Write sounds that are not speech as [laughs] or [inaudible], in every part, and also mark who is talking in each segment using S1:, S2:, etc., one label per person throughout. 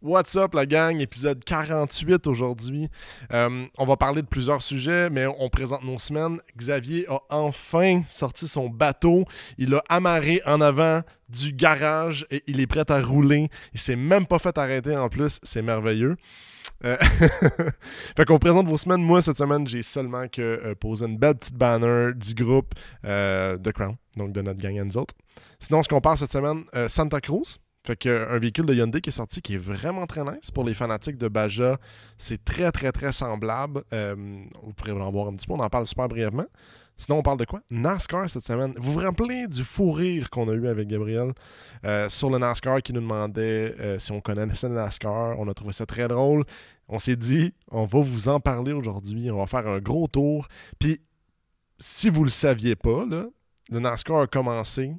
S1: What's up la gang, épisode 48 aujourd'hui. Euh, on va parler de plusieurs sujets, mais on présente nos semaines. Xavier a enfin sorti son bateau. Il l'a amarré en avant du garage et il est prêt à rouler. Il s'est même pas fait arrêter en plus, c'est merveilleux. Euh, [laughs] fait qu'on présente vos semaines. Moi, cette semaine, j'ai seulement que euh, posé une belle petite banner du groupe de Crown, donc de notre gang à nous autres. Sinon, ce qu'on parle cette semaine, euh, Santa Cruz. Fait qu'un véhicule de Hyundai qui est sorti qui est vraiment très nice pour les fanatiques de Baja. C'est très, très, très semblable. Euh, vous pourrez en voir un petit peu. On en parle super brièvement. Sinon, on parle de quoi NASCAR cette semaine. Vous vous rappelez du fou rire qu'on a eu avec Gabriel euh, sur le NASCAR qui nous demandait euh, si on connaissait le NASCAR. On a trouvé ça très drôle. On s'est dit, on va vous en parler aujourd'hui. On va faire un gros tour. Puis, si vous le saviez pas, là, le NASCAR a commencé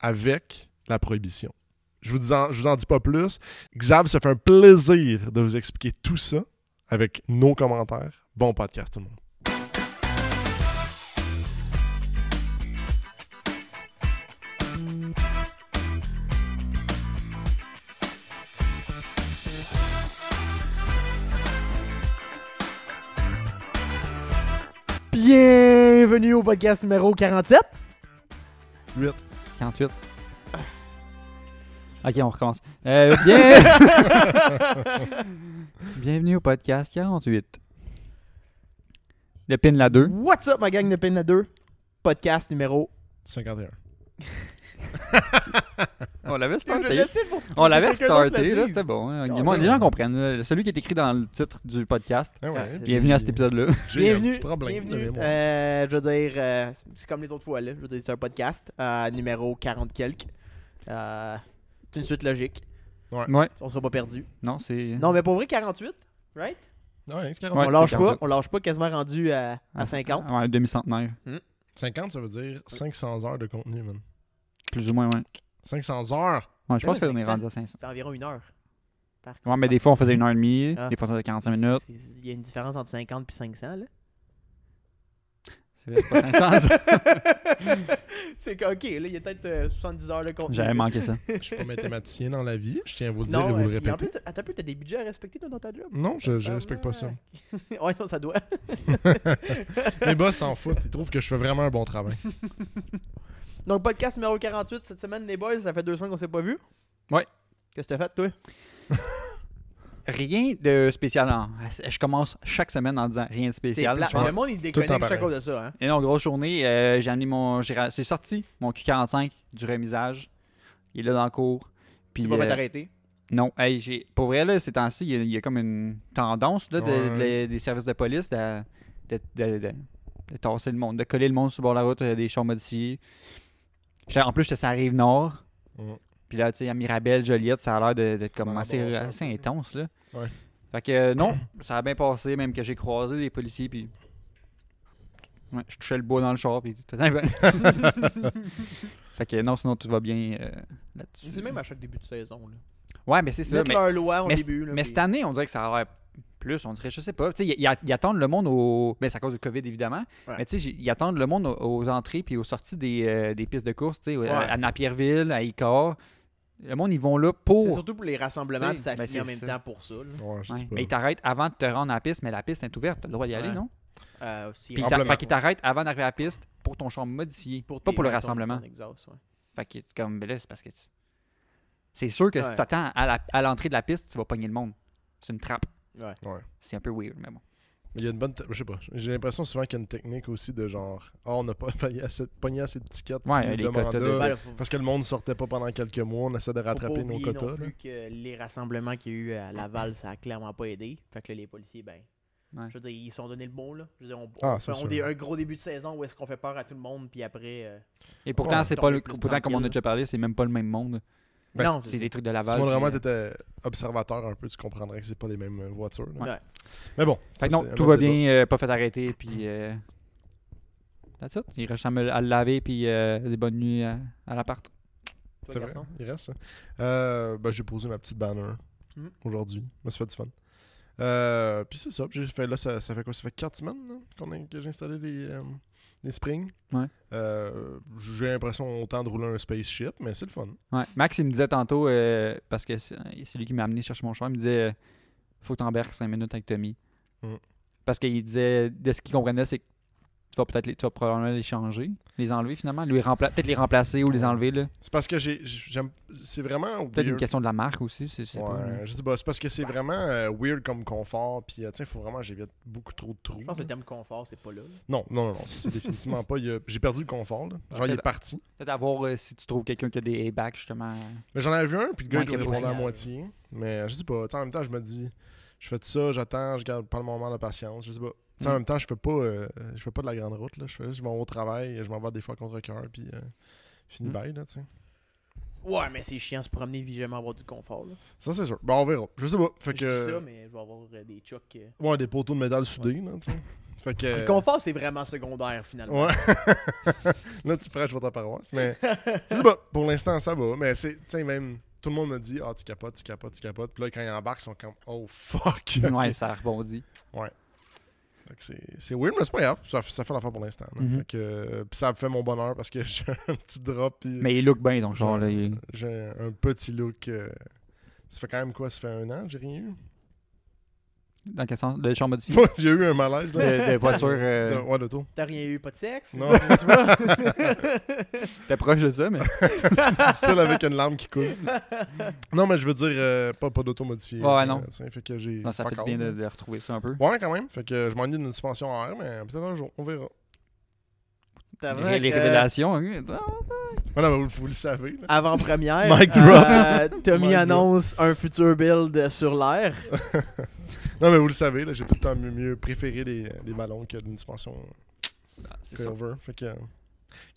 S1: avec la prohibition. Je vous, en, je vous en dis pas plus. Xav se fait un plaisir de vous expliquer tout ça avec nos commentaires. Bon podcast tout le monde.
S2: Bienvenue au podcast numéro 47.
S1: 8.
S3: 48. Ok, on recommence. Euh, bien... [laughs] Bienvenue au podcast 48. Le pin la 2.
S2: What's up, ma gang de Pin à 2? Podcast numéro.
S1: 51.
S3: On l'avait
S2: Je
S3: starté.
S2: laisse pour-
S3: On l'avait
S2: quelqu'un d'autre le
S3: starté, là,
S2: dise.
S3: c'était bon. hein.
S2: Carrément.
S3: Moi, les gens comprennent. là. Celui qui est écrit dans le titre du podcast.
S1: Ah ouais,
S2: Ah,
S1: puis
S3: Bienvenue à cet épisode-là.
S1: J'ai un
S2: Bienvenue.
S1: petit problème de
S2: bienvenue,
S1: mémoire.
S2: euh, je veux dire, euh, c'est- c'est comme les autres fois, là. Je veux dire, c'est un podcast euh, numéro 40 quelques. Euh, c'est une suite logique.
S3: [laughs] Ouais.
S2: On sera pas perdu.
S3: Non, c'est.
S2: Non, mais pour vrai, 48, right?
S1: Ah Ouais, c'est
S3: Ouais,
S2: on
S1: 48.
S2: lâche
S3: c'est Ah,
S2: pas.
S3: 48.
S2: On lâche pas quasiment rendu euh, à, à 50.
S3: Ouais, un demi-centenaire.
S1: 50, ça veut dire 500 heures de contenu, man.
S3: Plus ou moins, ouais.
S1: 500 heures?
S3: Ouais, je pense
S2: Ouais,
S3: qu'on est
S2: exact.
S3: rendu à 500.
S2: C'est environ une heure. Par
S3: Ouais, mais des fois, on faisait une heure et demie.
S2: Ah.
S3: Des fois, on faisait 45 minutes.
S2: C'est- Il y a une différence entre 50 et 500, là.
S3: C'est vrai, c'est pas 500. ça.
S2: [laughs] c'est que, ok, là, il y a peut-être euh, 70 heures de contenu.
S3: [laughs] J'avais manqué ça.
S1: Je suis pas mathématicien dans la vie. Je tiens à vous le dire
S2: Non,
S1: et vous
S2: euh,
S1: le
S2: puis en
S1: répéter.
S2: plus, t'as- attends un peu, t'as des budgets à respecter toi, dans ta job.
S1: Non, je, je respecte pas
S2: [laughs]
S1: ça.
S2: ça. ouais, non,
S1: [laughs]
S2: ça doit.
S1: Mes boss s'en foutent. Ils trouvent que je fais vraiment un bon travail.
S2: Donc, podcast numéro 48 cette semaine, les boys. Ça fait deux semaines qu'on s'est pas vu.
S3: Ouais.
S2: Qu'est-ce que t'as fait, toi
S3: Rien de spécial. non. Je commence chaque semaine en disant rien de
S2: C'est
S3: spécial.
S2: plat.
S3: Je pense-
S2: Le monde, il
S1: Tout le temps
S2: déconnecte juste à
S1: pareil.
S2: cause de ça. Hein?
S3: Et non, grosse journée. euh, j'ai amené mon. j'ai ra- C'est sorti mon Q45 du remisage. Il est là dans le cours. Puis,
S2: Tu vas pas
S3: euh,
S2: t'arrêter.
S3: non, hey, j'ai- pour vrai, là, ces temps-ci, il y a- il y, a comme une tendance là, de-
S1: Ouais.
S3: de- des services de police de, de, de- de- de tasser le monde, de coller le monde sur le bord de la route, euh, des chars modifiés. J'étais- En plus, j'étais sur la rive nord.
S1: Mm.
S3: Puis là, tu sais, à Mirabel, Joliette, ça a l'air de- d'être comme
S1: Ouais,
S3: assez,
S1: bon, ça-
S3: assez intense. Là.
S1: Ouais.
S3: Fait que euh, non, ça a bien passé, même que j'ai croisé des policiers. Puis. Ouais, je touchais le bois dans le char. Puis.
S1: [laughs]
S3: fait que non, sinon tout va bien euh, là-dessus.
S2: C'est le même à chaque début de saison. Là.
S3: Ouais, mais c'est
S2: Ils
S3: ça.
S2: mettent
S3: mais-
S2: leur loi au
S3: mais,
S2: début. là,
S3: mais
S2: puis-
S3: cette année, on dirait que ça a l'air plus, on dirait, je sais pas. Tu sais, ils- ils ils attendent le monde au. Ben, c'est à cause du COVID, évidemment.
S2: Ouais.
S3: Mais tu sais, ils attendent le monde aux, aux entrées puis aux sorties des, euh, des pistes de course, tu sais, à, à Napierville, à Icar. Le monde, ils vont là
S2: C'est
S3: pour.
S2: surtout pour les rassemblements,
S3: C'est-
S2: puis ça
S3: ben,
S2: finit en
S3: c'est
S2: même
S3: ça.
S2: temps pour ça. là.
S1: Ouais, je
S3: Ouais,
S1: sais pas.
S3: Mais ils t'arrêtent avant de te rendre à la piste, mais la piste est ouverte. T'as le droit d'y aller,
S2: Ouais.
S3: non?
S2: Euh, aussi,
S3: Puis
S2: en
S3: ils t'a-
S2: plus,
S3: fait qu'ils t'arrêtent avant d'arriver à la piste pour ton champ modifié, pas
S2: tes-
S3: pour
S2: ouais,
S3: le
S2: ton-
S3: rassemblement.
S2: ton exhaust, ouais.
S3: Fait que t'es comme, ben là, c'est parce que. tu- C'est sûr que
S2: Ouais.
S3: si t'attends à la- à l'entrée de la piste, tu vas pogner le monde. C'est une trappe.
S2: Ouais.
S1: Ouais.
S3: C'est un peu weird, mais bon.
S1: Il y a une bonne. te- Je sais pas. J'ai l'impression souvent qu'il y a une technique aussi de genre. Ah, on n'a pas [laughs] payé assez, pogné assez de tickets.
S3: Ouais,
S1: puis
S3: les
S1: de
S3: quotas de-
S1: mandat.
S2: Ben, là, faut-
S1: Parce que le monde sortait pas pendant quelques mois. On essaie de
S2: Faut pas
S1: rattraper nos
S2: oublier
S1: quotas.
S2: non
S1: là.
S2: plus que les rassemblements qu'il y a eu à Laval, ça a clairement pas aidé. Fait que là, les policiers, ben.
S3: Ouais.
S2: Je veux dire, ils se sont donné le bon, là. Je veux dire, on,
S1: Ah,
S2: on
S1: c'est
S2: fait- on
S1: sûr.
S2: dé- un gros début de saison où est-ce qu'on fait peur à tout le monde, puis après. euh,
S3: Et pourtant,
S1: Ouais.
S3: c'est pas le,
S2: Plus
S3: pourtant comme on a
S2: tranquille.
S3: déjà parlé, c'est même pas le même monde.
S1: Ben,
S2: non,
S3: C'est
S2: c'est
S3: des trucs de
S1: Si
S3: Laval.
S1: moi
S3: puis,
S1: vraiment
S3: euh,
S1: t'étais observateur un peu, tu comprendrais que c'est pas les mêmes euh, voitures. là.
S2: Ouais.
S1: Mais bon. ça,
S3: Fait que non,
S1: c'est un
S3: tout
S1: autre
S3: va
S1: débat.
S3: bien, euh, pas fait arrêter, puis. Euh... That's it. Il reste à me- à le laver, puis euh, des bonnes nuits à, à l'appart.
S2: Toi,
S1: C'est vrai,
S2: garçon?
S1: il reste. ça. Euh, ben, j'ai posé ma petite banner
S2: Mhm.
S1: aujourd'hui. Ça fait du fun. hein, Euh, puis c'est ça. puis J'ai fait, là, ça, ça fait quoi Ça fait 4 semaines là, qu'on a- que j'ai installé les, euh, les springs.
S3: Ouais.
S1: Euh, J'ai l'impression autant de rouler un spaceship, mais c'est le fun.
S3: Ouais. Max, il me disait tantôt, euh, parce que c'est c'est lui qui m'a amené chercher mon char, il me disait euh, Faut que tu embarques 5 minutes avec Tommy.
S1: Mm.
S3: Parce qu'il disait, de ce qu'il comprenait, c'est que tu vas peut-être les- tu vas probablement les changer, les enlever finalement, lui rempla- peut-être les remplacer ou les enlever. là.
S1: C'est parce que j'ai- j'aime. C'est vraiment.
S3: Peut-être une
S1: weird.
S3: question de la marque aussi, c'est- je sais pas, là.
S1: Ouais, je dis bah, c'est parce que c'est vraiment euh, weird comme confort. Puis, euh, tiens, faut vraiment que j'évite beaucoup trop de trous.
S2: Je pense que
S1: là.
S2: le terme confort, c'est pas là.
S1: Non, non, non, non, ça,
S2: [laughs]
S1: c'est définitivement pas. il y a- J'ai perdu le confort. là. Genre, il est
S3: Peut-être-
S1: parti.
S3: Peut-être avoir euh, si tu trouves quelqu'un qui a des hacks
S1: [laughs]
S3: justement. euh,
S1: Mais j'en avais vu un, puis le gars,
S3: Ouais,
S1: il
S3: Québec
S1: répondait à
S3: original.
S1: moitié. Mais je sais pas. Tu sais, en même temps, je me dis, je fais tout ça, j'attends, je garde pas le moment de patience. Je sais pas. Tu sais, en
S3: Mm.
S1: même temps, je fais pas, euh, je fais pas de la grande route. Là. Je, fais, je m'en vais au travail, je m'en vais des fois contre cœur, puis euh, fini
S3: Mm.
S1: bye, là, tu sais.
S2: Ouais, mais c'est chiant se promener et jamais avoir du confort. Là.
S1: Ça, c'est sûr. Bon, on verra. Je sais pas. Fait
S2: Je dis ça,
S1: que.
S2: mais je vais avoir euh, des chocs. euh.
S1: Ouais, des poteaux de métal soudés, là, tu sais. Fait
S2: Le
S1: que.
S2: confort, c'est vraiment secondaire finalement.
S1: Ouais. [laughs] là, tu prêches pour ta paroisse. Mais je sais pas, pour l'instant, ça va. Mais c'est, tu sais, même, tout le monde me dit, ah, tu capotes, tu capotes, tu capotes. Puis là, quand ils embarquent, ils sont comme, oh fuck. [laughs]
S3: Ouais, ça rebondit.
S1: Fait que c'est, c'est weird, mais c'est pas grave. Ça, fait- ça fait l'affaire pour l'instant. là.
S3: Mhm.
S1: Fait que, euh, puis ça fait mon bonheur parce que [laughs] j'ai un petit drop. Puis
S3: Mais il look bien, donc genre là, il-
S1: j'ai un petit look. euh, ça fait quand même quoi Ça fait un an que j'ai rien eu.
S3: dans quel sens Le char modifié
S1: Ouais, [laughs] j'ai eu un malaise,
S3: de,
S1: là.
S3: de voiture.
S1: De-
S3: euh,
S1: ouais, de tout.
S2: [laughs] T'as rien eu, pas de sexe?
S1: Non.
S2: [laughs] Tu vois?
S3: T'es proche de ça, mais.
S1: [laughs] Seul avec une larme qui coule. Non, mais je veux dire, euh, pas, pas d'auto modifié.
S3: Ouais, non.
S1: fait que j'ai.
S3: Non, ça fait
S1: fuck
S3: du bien
S1: all,
S3: de,
S1: là.
S3: de retrouver ça un peu.
S1: Ouais, quand même. Fait que je m'ennuie d'une suspension en air, mais peut-être un jour, on verra.
S2: T'as
S3: Les-
S2: vrai
S3: les
S2: que- euh,
S3: révélations, hein.
S1: Mais Ah non, mais vous, vous le savez. là.
S2: Avant-première,
S1: Mic
S2: euh, Tommy
S1: Mic drop.
S2: annonce un futur build sur l'air.
S1: Non, mais vous le savez, là, j'ai tout le temps mieux, mieux préféré les, les ballons que d'une suspension
S3: Ah, c'est ça.
S1: cover. Fait que. euh,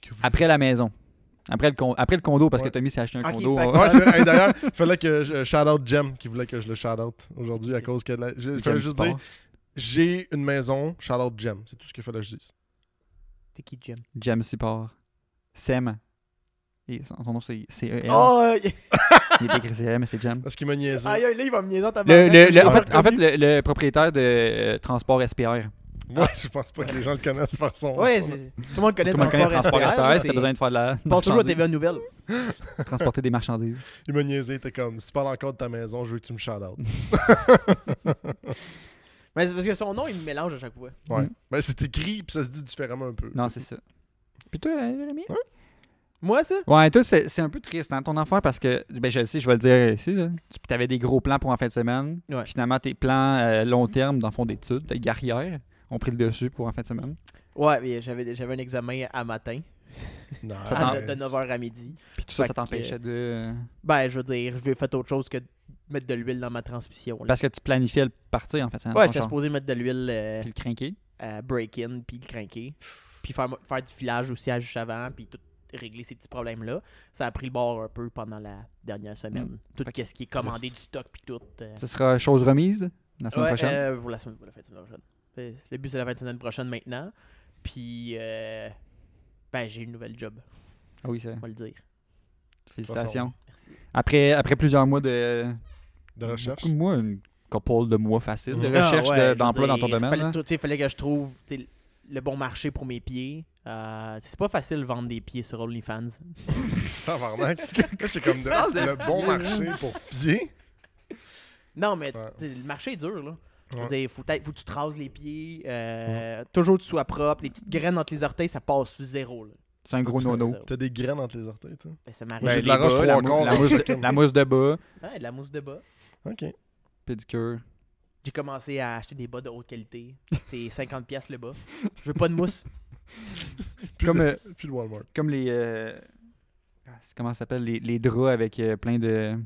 S1: que vous-
S3: Après la maison. Après le, con- après le condo, parce
S1: Ouais.
S3: que Tommy s'est acheté un
S2: Ok,
S3: condo.
S2: fait-
S3: hein. [laughs]
S1: Ouais, c'est vrai. Hey, D'ailleurs, il fallait que je euh, shout out Jem qui voulait que je le shout out aujourd'hui à cause que. de La... Je, il fallait
S3: J'aime
S1: juste
S3: sport.
S1: dire j'ai une maison, shout out Jem. C'est tout ce qu'il fallait que je dise.
S2: C'est qui, Jim?
S3: James Sipar. Sem. Et son, son nom, c'est c'est E.L.
S2: Oh, euh,
S3: Il est écrit CM, mais c'est Jem.
S1: Parce qu'il m'a niaisé.
S2: [laughs] aïe, aïe, là, il va me niaiser ta
S3: Le, le- le-
S1: Ah,
S3: en
S1: bah, Ouais.
S3: fait, en fait, le, le propriétaire de euh, Transport SPR.
S1: Ouais, je pense pas que les gens le connaissent par son.
S2: Ouais,
S1: son-
S2: c'est- tout le monde connaît
S3: Tout le monde connaît
S2: Transport SPR,
S3: Transport SPR. Si
S2: c'est-
S3: t'as besoin de faire de
S2: [laughs]
S3: la.
S2: Pense toujours à
S3: marchandise,
S2: TVA Nouvelle.
S3: Transporter des marchandises.
S1: Il m'a niaisé, t'es comme, si tu parles encore de ta maison, je veux que tu me shout
S3: [laughs]
S1: out.
S2: Mais c'est parce que son nom, il me mélange à chaque fois.
S1: Ouais.
S3: Mm.
S1: Ben, c'est écrit, puis ça se dit différemment un peu.
S3: Non, c'est ça. Puis toi, euh, Jérémy?
S2: Moi, ça?
S3: Ouais, toi, c'est c'est un peu triste, hein, ton affaire, parce que, ben, je le sais, je vais le dire ici, là. Tu avais des gros plans pour en fin de semaine.
S2: Ouais.
S3: Puis Finalement, tes plans euh, long terme, dans le fond d'études, ta carrière, ont pris le dessus pour en fin de semaine.
S2: Ouais, mais j'avais j'avais un examen à matin,
S1: Non.
S3: Ça
S2: à-
S3: t'en-
S2: de 9h à midi.
S3: Puis tout ça,
S2: Fait
S3: ça t'empêchait de. euh,
S2: Ben, je veux dire, je vais faire autre chose que de mettre de l'huile dans ma transmission. là.
S3: Parce que tu planifiais le partir, en fait.
S2: Ouais, j'étais supposé mettre de l'huile euh,
S3: Puis le crinquer.
S2: euh, break-in, puis le craquer, puis faire, mo- faire du filage aussi à juste avant, puis tout régler ces petits problèmes-là. Ça a pris le bord un peu pendant la dernière semaine. Tout
S3: Mm. Fait
S2: ce qui est commandé du stock, puis tout. euh,
S3: Ce sera chose remise la semaine
S2: ouais,
S3: prochaine.
S2: euh, pour la semaine, pour la fin de semaine prochaine. Euh, Le but, c'est la fin de semaine prochaine maintenant. Puis, euh, ben, j'ai une nouvelle job,
S3: Ah oui, ça.
S2: on va le dire.
S3: Félicitations.
S2: Merci.
S3: Après, après plusieurs mois de.
S1: De recherche.
S3: Beaucoup de mois, une couple de mois facile de
S1: Mhm.
S3: recherche
S2: Ah, ouais, je
S3: de-
S2: veux
S3: d'emploi dans
S2: dire,
S3: ton domaine.
S2: Fallait,
S3: là.
S2: tu sais, fallait que je trouve tu sais, le bon marché pour mes pieds. Euh, c'est pas facile de vendre des pieds sur OnlyFans.
S1: [laughs] Tabarnak.
S2: [laughs]
S1: Là, c'est comme
S3: [laughs]
S1: de- le bon marché pour pied.
S2: Non, mais
S1: Ouais.
S2: tu sais, le marché est dur, là. Je veux
S1: Ouais.
S2: dire, faut, peut-être- faut que tu te rases les pieds, euh, toujours que tu sois propre, les petites graines entre les orteils, ça passe sous zéro. Là.
S3: hein. C'est un gros nono.
S2: Zéro.
S1: T'as des graines entre les orteils, toi.
S2: Ben, ça m'arrive.
S1: Ben,
S3: J'ai
S1: de la
S3: les
S1: roche
S3: bas,
S1: trois
S3: mou-
S1: quarts,
S3: la
S1: là.
S3: mousse de- la mousse de bas,
S2: Ouais, de la mousse de bas.
S1: Ok.
S3: pédicure.
S2: J'ai commencé à acheter des bas de haute qualité. [laughs] C'est 50$ piastres le bas. Je veux pas de [laughs] mousse.
S1: Plus
S3: Comme,
S1: de,
S3: euh,
S1: plus de Walmart.
S3: comme les. euh, ah, c'est- comment ça s'appelle les, les draps avec euh, plein de.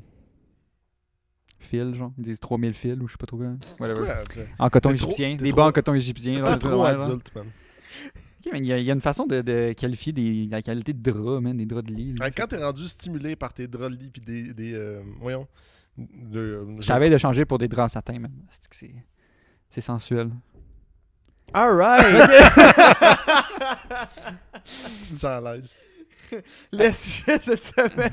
S3: fils, genre. Ils disent 3000 fils ou je sais pas trop quoi. Whatever.
S1: Ouais, t'es
S3: En coton
S1: T'es trop-
S3: égyptien.
S1: t'es
S3: des
S1: trop-
S3: bas en coton égyptien.
S1: t'es
S3: genre, des
S1: trop
S3: trucs de même, là.
S1: adulte, man.
S3: Ok, mais il y, a- il y a une façon de, de qualifier des, la qualité de drap, man, des draps de lit. là.
S1: Hey, Ben, Quand t'es rendu stimulé par tes draps de lit pis des. des euh, voyons. De, euh,
S3: Je savais de changer pour des draps en satin, man. C'est que c'est- C'est sensuel.
S2: [laughs] Alright!
S1: je me sens à l'aise.
S2: le sujet cette semaine.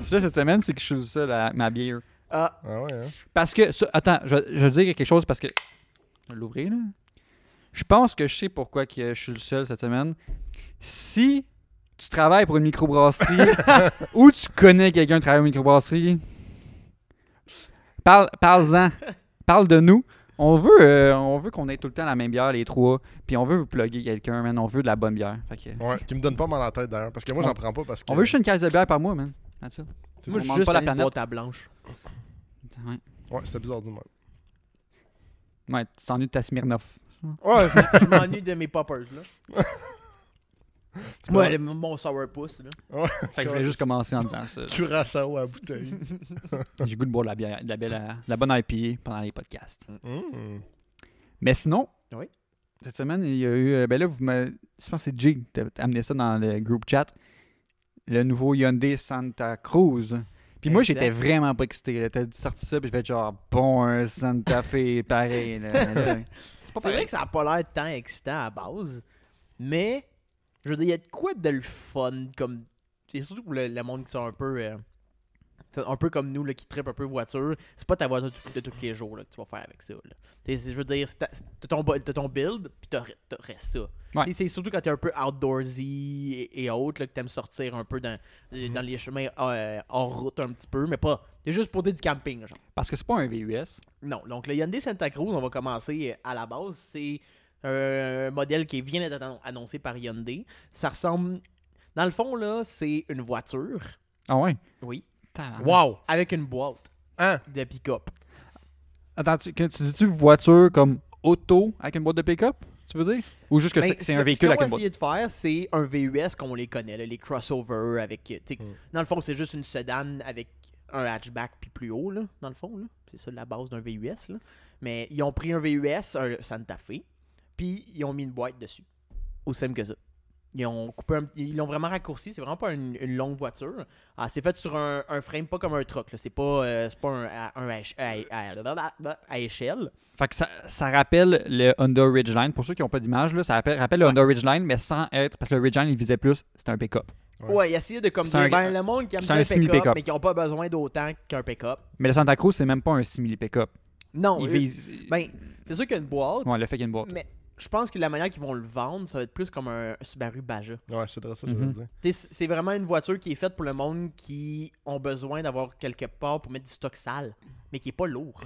S3: Ce que je fais cette semaine, c'est que je suis le seul à m'habiller.
S2: Ah,
S1: Ah ouais, hein.
S3: Parce que, ça- attends, je, je vais dire quelque chose parce que. Je vais l'ouvrir, là. Je pense que je sais pourquoi que je suis le seul cette semaine. Si tu travailles pour une microbrasserie ou tu connais quelqu'un qui travaille pour une microbrasserie, parle, parle-en. Parle de nous. On veut, euh, on veut qu'on ait tout le temps la même bière, les trois. Puis on veut vous plugger quelqu'un, man. On veut de la bonne bière. Fait que-
S1: Ouais, qui me donne pas mal à la tête d'ailleurs. Parce que moi,
S3: On-
S1: j'en prends pas parce que.
S3: On veut juste une caisse de bière par mois, man. That's it.
S1: C'est
S2: Moi, je
S3: tout. On
S2: suis
S3: manque
S2: juste
S3: pas la
S2: allé
S3: planète.
S2: boire ta blanche.
S3: Ouais,
S1: Ouais, c'était bizarre du moins.
S3: ouais tu t'ennuies de ta Smirnoff.
S2: Ouais, je m'ennuie de mes poppers, [laughs] là.
S1: Tu
S2: Ouais,
S1: prends-
S2: le- mon sourpuss, là.
S3: Fait que je voulais juste commencer en disant ça.
S1: Curaçao à
S3: [laughs]
S1: bouteille.
S3: J'ai le goût de boire de la, bière, de la, belle, euh, de la bonne IPA pendant les podcasts.
S1: Mm.
S3: Mais sinon,
S2: Oui.
S3: cette semaine, il y a eu. euh, Ben là, vous me. Je pense que c'est Jig qui t'a amené ça dans le group chat. Le nouveau Hyundai Santa Cruz. Puis moi,
S2: Exact.
S3: j'étais vraiment pas excité. là. T'as sorti ça, puis j'ai fait genre, bon, un Santa Fe, pareil. là. C'est pas
S2: C'est
S3: pareil.
S2: vrai que ça a pas l'air tant excitant à base, mais je veux dire, il y a de quoi de le fun comme. C'est surtout pour le, le monde qui sont un peu. euh, t'sais, un peu comme nous, là, qui trippent un peu voiture. C'est pas ta voiture de, de tous les jours là, que tu vas faire avec ça. Là. T'sais, c'est- je veux dire, c'est ta- c'est- t'as ton, bo- t'as ton build, puis t'as re- t'as- reste ça.
S3: Ouais.
S2: T'sais, C'est surtout quand t'es un peu outdoorsy et, et autres, là, que t'aimes sortir un peu dans, dans les chemins euh, hors route un petit peu, mais pas. C'est juste pour dire du camping, là, genre.
S3: Parce que c'est pas un VUS.
S2: Non. Donc, le Hyundai Santa Cruz, on va commencer euh, à la base. C'est euh, un modèle qui vient d'être annon- annoncé par Hyundai. Ça ressemble. Dans le fond, là, c'est une voiture.
S3: Ah ouais?
S2: Oui.
S1: Wow!
S2: Avec une boîte
S1: Hein?
S2: de pick-up.
S3: Attends, tu, que- tu dis-tu voiture comme auto avec une boîte de pick-up? Tu veux dire? Ou juste que
S2: Ben,
S3: c'est- c'est
S2: ce
S3: un véhicule
S2: qu'on
S3: avec
S2: va
S3: une boîte?
S2: essayer de faire, c'est un VUS comme on les connaît, là, les crossovers avec. euh, t'sais,
S3: Hmm.
S1: Mm.
S2: Dans le fond, c'est juste une sedan avec un hatchback puis plus haut, là, dans le fond. là. C'est ça la base d'un VUS. Là. Mais ils ont pris un VUS, un Santa Fe, puis ils ont mis une boîte dessus. Aussi simple que ça. Ils ont coupé un- ils l'ont vraiment raccourci, c'est vraiment pas une, une longue voiture. Ah, c'est fait sur un, un frame pas comme un truck, là. c'est pas, euh, c'est pas un, à- un à éche- à- à- à échelle.
S3: Fait que ça, ça rappelle le Honda Ridgeline. Pour ceux qui n'ont pas d'image, là, ça rappelle, rappelle le Honda Ridgeline, mais sans être. Parce que le Ridgeline, il visait plus, c'était un pick-up.
S1: Ouais.
S2: Ouais, il essayait de comme
S3: C'est
S2: dire,
S3: un-
S2: ben, le monde qui aime
S3: c'est
S2: ça
S3: un
S2: un
S3: simili
S2: pick-up,
S3: pick-up.
S2: mais qui n'ont pas besoin d'autant qu'un pick-up.
S3: Mais le Santa Cruz, c'est même pas un simili pick-up.
S2: Non,
S3: Il
S2: eux-
S3: vise. euh,
S2: ben, euh, c'est sûr qu'il y a une boîte,
S3: ouais, le fait qu'il y a une boîte.
S2: mais je pense que la manière qu'ils vont le vendre, ça va être plus comme un Subaru Baja.
S1: Ouais, c'est vrai ça, que je veux
S3: Mhm.
S1: dire.
S2: T'sais, c- C'est vraiment une voiture qui est faite pour le monde qui ont besoin d'avoir quelque part pour mettre du stock sale, mais qui est pas lourd.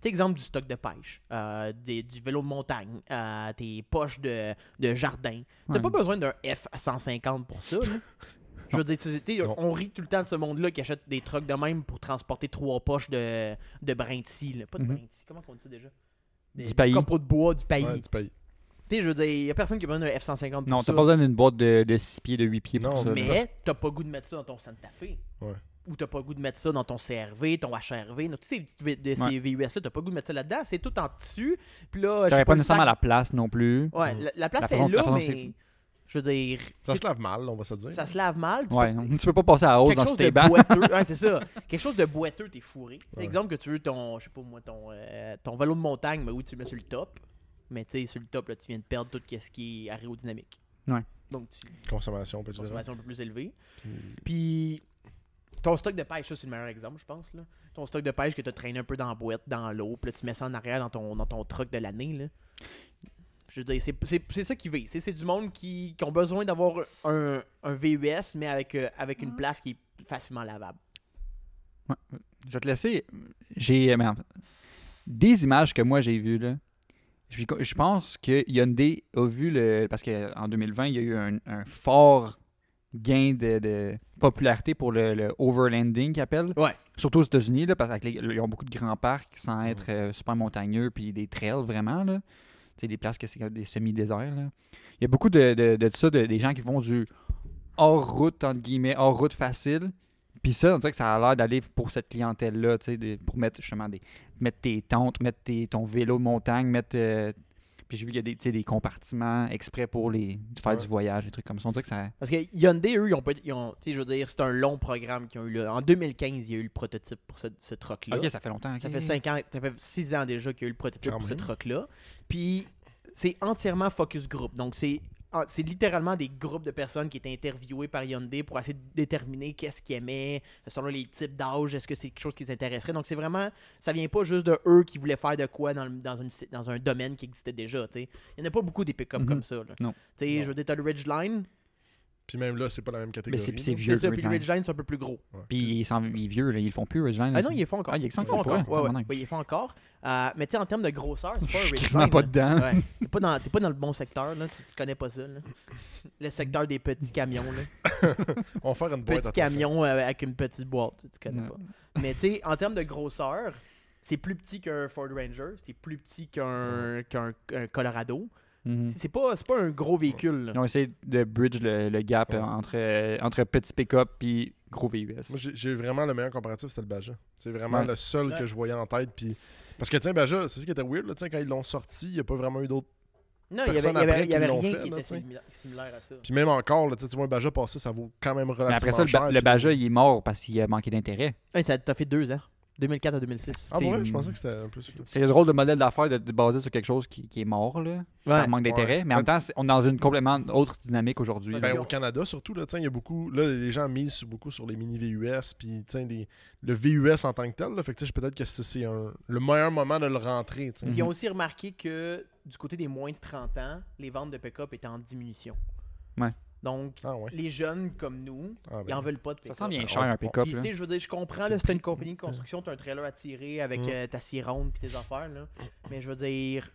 S2: T'sais, exemple du stock de pêche, euh, des- du vélo de montagne, euh, des poches de, de jardin. T'as
S3: Ouais.
S2: pas besoin d'un F-150 pour ça. là.
S3: [laughs]
S2: Je veux dire, tu sais, t'sais,
S1: Non.
S2: on rit tout le temps de ce monde-là qui achète des trucks de même pour transporter trois poches de, de brin de scie, là. Pas de
S3: Mhm.
S2: brin de scie, comment on dit déjà? Des,
S3: Du
S2: des
S3: paillis.
S2: copeaux de bois, du paillis.
S1: Ouais, du pays.
S2: T'sais, je veux dire, il a personne qui a besoin d'un F-150 pour
S3: Non,
S2: ça.
S3: t'as pas besoin d'une boîte de, 6 pieds, de 8 pieds
S1: Non,
S3: pour ça. là.
S2: Mais t'as pas goût de mettre ça dans ton Santa Fe.
S1: Euh, Ouais.
S2: Ou t'as pas goût de mettre ça dans ton CRV, ton HRV, dans tous ces petits V- de ces
S3: Ouais.
S2: VUS-là, t'as pas goût de mettre ça là-dedans. C'est tout en tissu. Puis là, j'ai
S3: T'aurais pas
S2: le
S3: nécessairement
S2: sac-
S3: la place non plus.
S2: Ouais,
S1: Mm.
S2: la, la place
S3: La façon-
S2: est là,
S3: la façon que
S2: mais
S3: c'est-
S2: je veux dire,
S1: Ça se lave mal, on va se le dire.
S2: ça se lave mal. tu
S3: Ouais,
S2: peux-
S3: non, [laughs] tu peux pas passer à la hausse
S2: quelque
S3: dans
S2: chose
S3: ce
S2: de
S3: bancs.
S2: boiteux. Ouais, c'est
S3: [laughs]
S2: ça. Quelque chose de boiteux, t'es fourré.
S1: Ouais.
S2: Exemple que tu veux ton, je sais pas moi, ton, euh, ton vélo de montagne, mais oui, tu le mets sur le top. Mais tu sais, sur le top, là, tu viens de perdre tout ce qui est aérodynamique.
S3: Ouais.
S2: Donc, tu
S1: Consommation, peut-être.
S2: consommation un peu plus élevée. Puis, ton stock de pêche, ça, c'est le meilleur exemple, je pense. Là. Ton stock de pêche que tu as traîné un peu dans la boîte, dans l'eau, puis là, tu mets ça en arrière dans ton, dans ton truck de l'année. là. Je veux dire, c'est- c'est c'est ça qui vise. C'est c'est du monde qui, qui ont besoin d'avoir un, un VUS, mais avec, euh, avec une place qui est facilement lavable.
S3: Je vais te laisser. J'ai. euh, mais en- Des images que moi j'ai vues, là. Je je pense que Hyundai a vu le. Parce qu'en 2020, il y a eu un, un fort gain de, de popularité pour le, le overlanding qu'ils appellent.
S2: Ouais.
S3: Surtout aux États-Unis, là, parce qu'ils ont beaucoup de grands parcs sans être euh, super montagneux, puis des trails vraiment, là. Tu sais, des places que c'est comme des semi-déserts, là. Il y a beaucoup de, de, de ça, de- des gens qui vont du hors-route, entre guillemets, hors-route facile. Puis ça, on dirait que ça a l'air d'aller pour cette clientèle-là, tu sais, de- pour mettre justement des, mettre tes tentes, mettre tes- ton vélo de montagne, mettre. euh, puis j'ai vu qu'il y a des, tu sais, des compartiments exprès pour les faire
S1: Ouais.
S3: du voyage, des trucs comme ça. On dirait que ça.
S2: Parce que Hyundai, eux, ils ont pas. Ils ont, tu sais, je veux dire, c'est un long programme qu'ils ont eu là. En 2015, il y a eu le prototype pour ce, ce truck-là.
S3: Ok, ça fait longtemps.
S2: Ça
S3: ok.
S2: fait 5 ans, ça fait 6 ans déjà qu'il y a eu le prototype
S1: Quand
S2: pour ce
S1: même.
S2: truc-là. Puis c'est entièrement focus group. Donc c'est ah, c'est littéralement des groupes de personnes qui étaient interviewées par Hyundai pour essayer de déterminer qu'est-ce qu'ils aimaient, selon les types d'âge, est-ce que c'est quelque chose qui les intéresserait. Donc c'est vraiment, ça vient pas juste de eux qui voulaient faire de quoi dans, le- dans, une, dans un domaine qui existait déjà. tu sais. Il n'y en a pas beaucoup des pick-up
S3: Mhm.
S2: comme ça. là.
S3: Non.
S2: Tu sais, Je veux dire, t'as le Ridgeline,
S1: Puis même là, c'est pas la même
S3: Mais
S1: catégorie.
S3: c'est c'est
S2: c'est
S3: vieux.
S2: ça, puis le
S3: Ridgeline.
S2: Ridgeline, c'est un peu plus gros.
S3: Puis ils sont il est vieux, là, ils le font plus, Ridgeline.
S2: Ah non, ils les font encore.
S3: Ah, il y a que ça
S2: Ils
S3: qu'ils
S2: font
S3: font, ouais,
S2: encore. Ouais, ouais.
S3: tabarnak.
S2: Ouais, ils les font encore. Euh, mais tu sais, en termes de grosseur, c'est pas un
S3: Je suis
S2: Ridgeline.
S3: quasiment pas
S2: là.
S3: dedans.
S2: Ouais. T'es pas, dans- t'es pas dans le bon secteur, là. Tu, tu connais pas ça, là. Le secteur des petits camions, là.
S1: On va faire une boîte
S2: Petit
S1: à ton
S2: camion euh, avec une petite boîte, tu connais
S3: Ouais.
S2: pas. Mais tu sais, en termes de grosseur, c'est plus petit qu'un Ford Ranger, c'est plus petit qu'un qu'un- qu'un Colorado.
S3: Mhm.
S2: C'est pas, c'est pas un gros véhicule, là.
S3: Ils ont essayé de bridge le, le gap
S1: Ouais.
S3: euh, entre, euh, entre petit pick-up puis gros VUS.
S1: Moi, j'ai- j'ai eu vraiment le meilleur comparatif, c'était le Baja. C'est vraiment
S3: Ouais.
S1: le seul
S2: Ouais.
S1: que je voyais en tête. Puis... Parce que, tiens, Baja, c'est ce qui était weird, là, tiens, quand ils l'ont sorti, il n'y a pas vraiment eu d'autres.
S2: Non, il y avait,
S1: personne
S2: il y avait-
S1: après
S2: il y avait
S1: qu'ils l'ont
S2: rien
S1: fait,
S2: qui
S1: là,
S2: était
S1: tu sais.
S2: similaire, similaire à ça.
S1: Puis même encore, là, tu sais, tu vois un Baja passer, ça vaut quand même relativement
S3: Mais après ça, le, ba-
S1: cher,
S3: le
S1: puis-
S3: Baja, il est mort parce qu'il a manqué d'intérêt.
S2: Hey, ça t'a fait deux ans, 2004 à 2006.
S1: Ah, ouais, je
S3: c'est-
S1: pensais que c'était un peu. plus-
S3: C'est le drôle de modèle d'affaires de, de baser sur quelque chose qui, qui est mort, là, par
S1: Mm-hmm.
S3: manque d'intérêt.
S1: Ouais.
S3: Mais en même temps, c'est- on est dans une complètement autre dynamique aujourd'hui.
S2: Ben,
S3: là.
S1: Ben, au Canada, surtout, là, tiens, il y a beaucoup. Là, les gens misent sur- beaucoup sur les mini VUS, puis tiens, les- le VUS en tant que tel. Là, fait que, tu sais, peut-être que c'est- c'est un- le meilleur moment de le rentrer. tu sais.
S3: Mhm.
S2: Ils ont aussi remarqué que du côté des moins de 30 ans, les ventes de pick-up étaient en diminution.
S3: Ouais.
S2: Donc,
S1: Ah, ouais.
S2: les jeunes comme nous,
S1: Ah, ben.
S2: ils en veulent pas de
S3: Ça
S2: pick-up.
S3: sent bien
S1: on-
S3: cher un pick-up.
S2: Puis,
S3: là.
S2: tu sais, je veux dire, je comprends,
S1: C'est
S2: là, c'était
S1: pris-
S2: une compagnie de construction, t'as un trailer à tirer avec
S1: Mm.
S2: euh, ta scie ronde puis tes affaires, là. Mais je veux dire,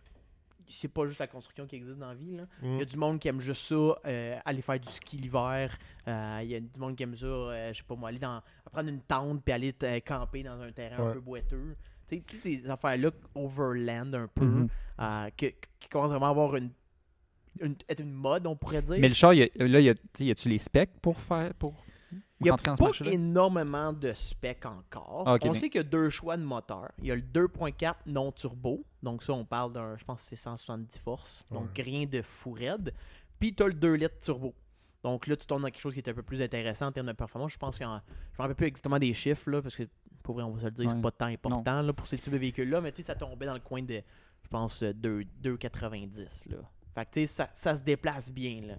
S2: c'est pas juste la construction qui existe dans la vie, là. Il
S1: Mm.
S2: y a du monde qui aime juste ça, euh, aller faire du ski l'hiver. Euh, Il y a du monde qui aime ça, euh, je sais pas moi, aller dans, prendre une tente puis aller euh, camper dans un terrain un
S1: Ouais.
S2: peu boiteux. Tu sais, toutes ces affaires-là, overland un peu,
S3: Mhm.
S2: euh, que- qui commencent vraiment à avoir une, une, être une mode, on pourrait dire.
S3: Mais le char, il y a- là, il y a- tu sais, y a-tu les specs pour faire pour
S2: Il n'y a
S3: rentrer
S2: pas
S3: dans ce marché-là?
S2: énormément de specs encore.
S3: Ah, ok,
S2: on
S3: mais-
S2: sait qu'il y a deux choix de moteur. Il y a le 2.4 non turbo. Donc ça, on parle d'un, je pense que c'est 170 forces. Donc rien de fou raide. Puis tu as le 2 litres turbo. Donc là, tu tournes dans quelque chose qui est un peu plus intéressant en termes de performance. Je pense qu'il y en- Je me rappelle plus exactement des chiffres, là, parce que pour vrai, on va se le dire, c'est
S3: Ouais.
S2: pas tant important là, pour ces types de véhicules-là. Mais tu sais, ça tombait dans le coin de, je pense, euh, 2 2,90. Là. Fait que tu sais, ça, ça se déplace bien. Là.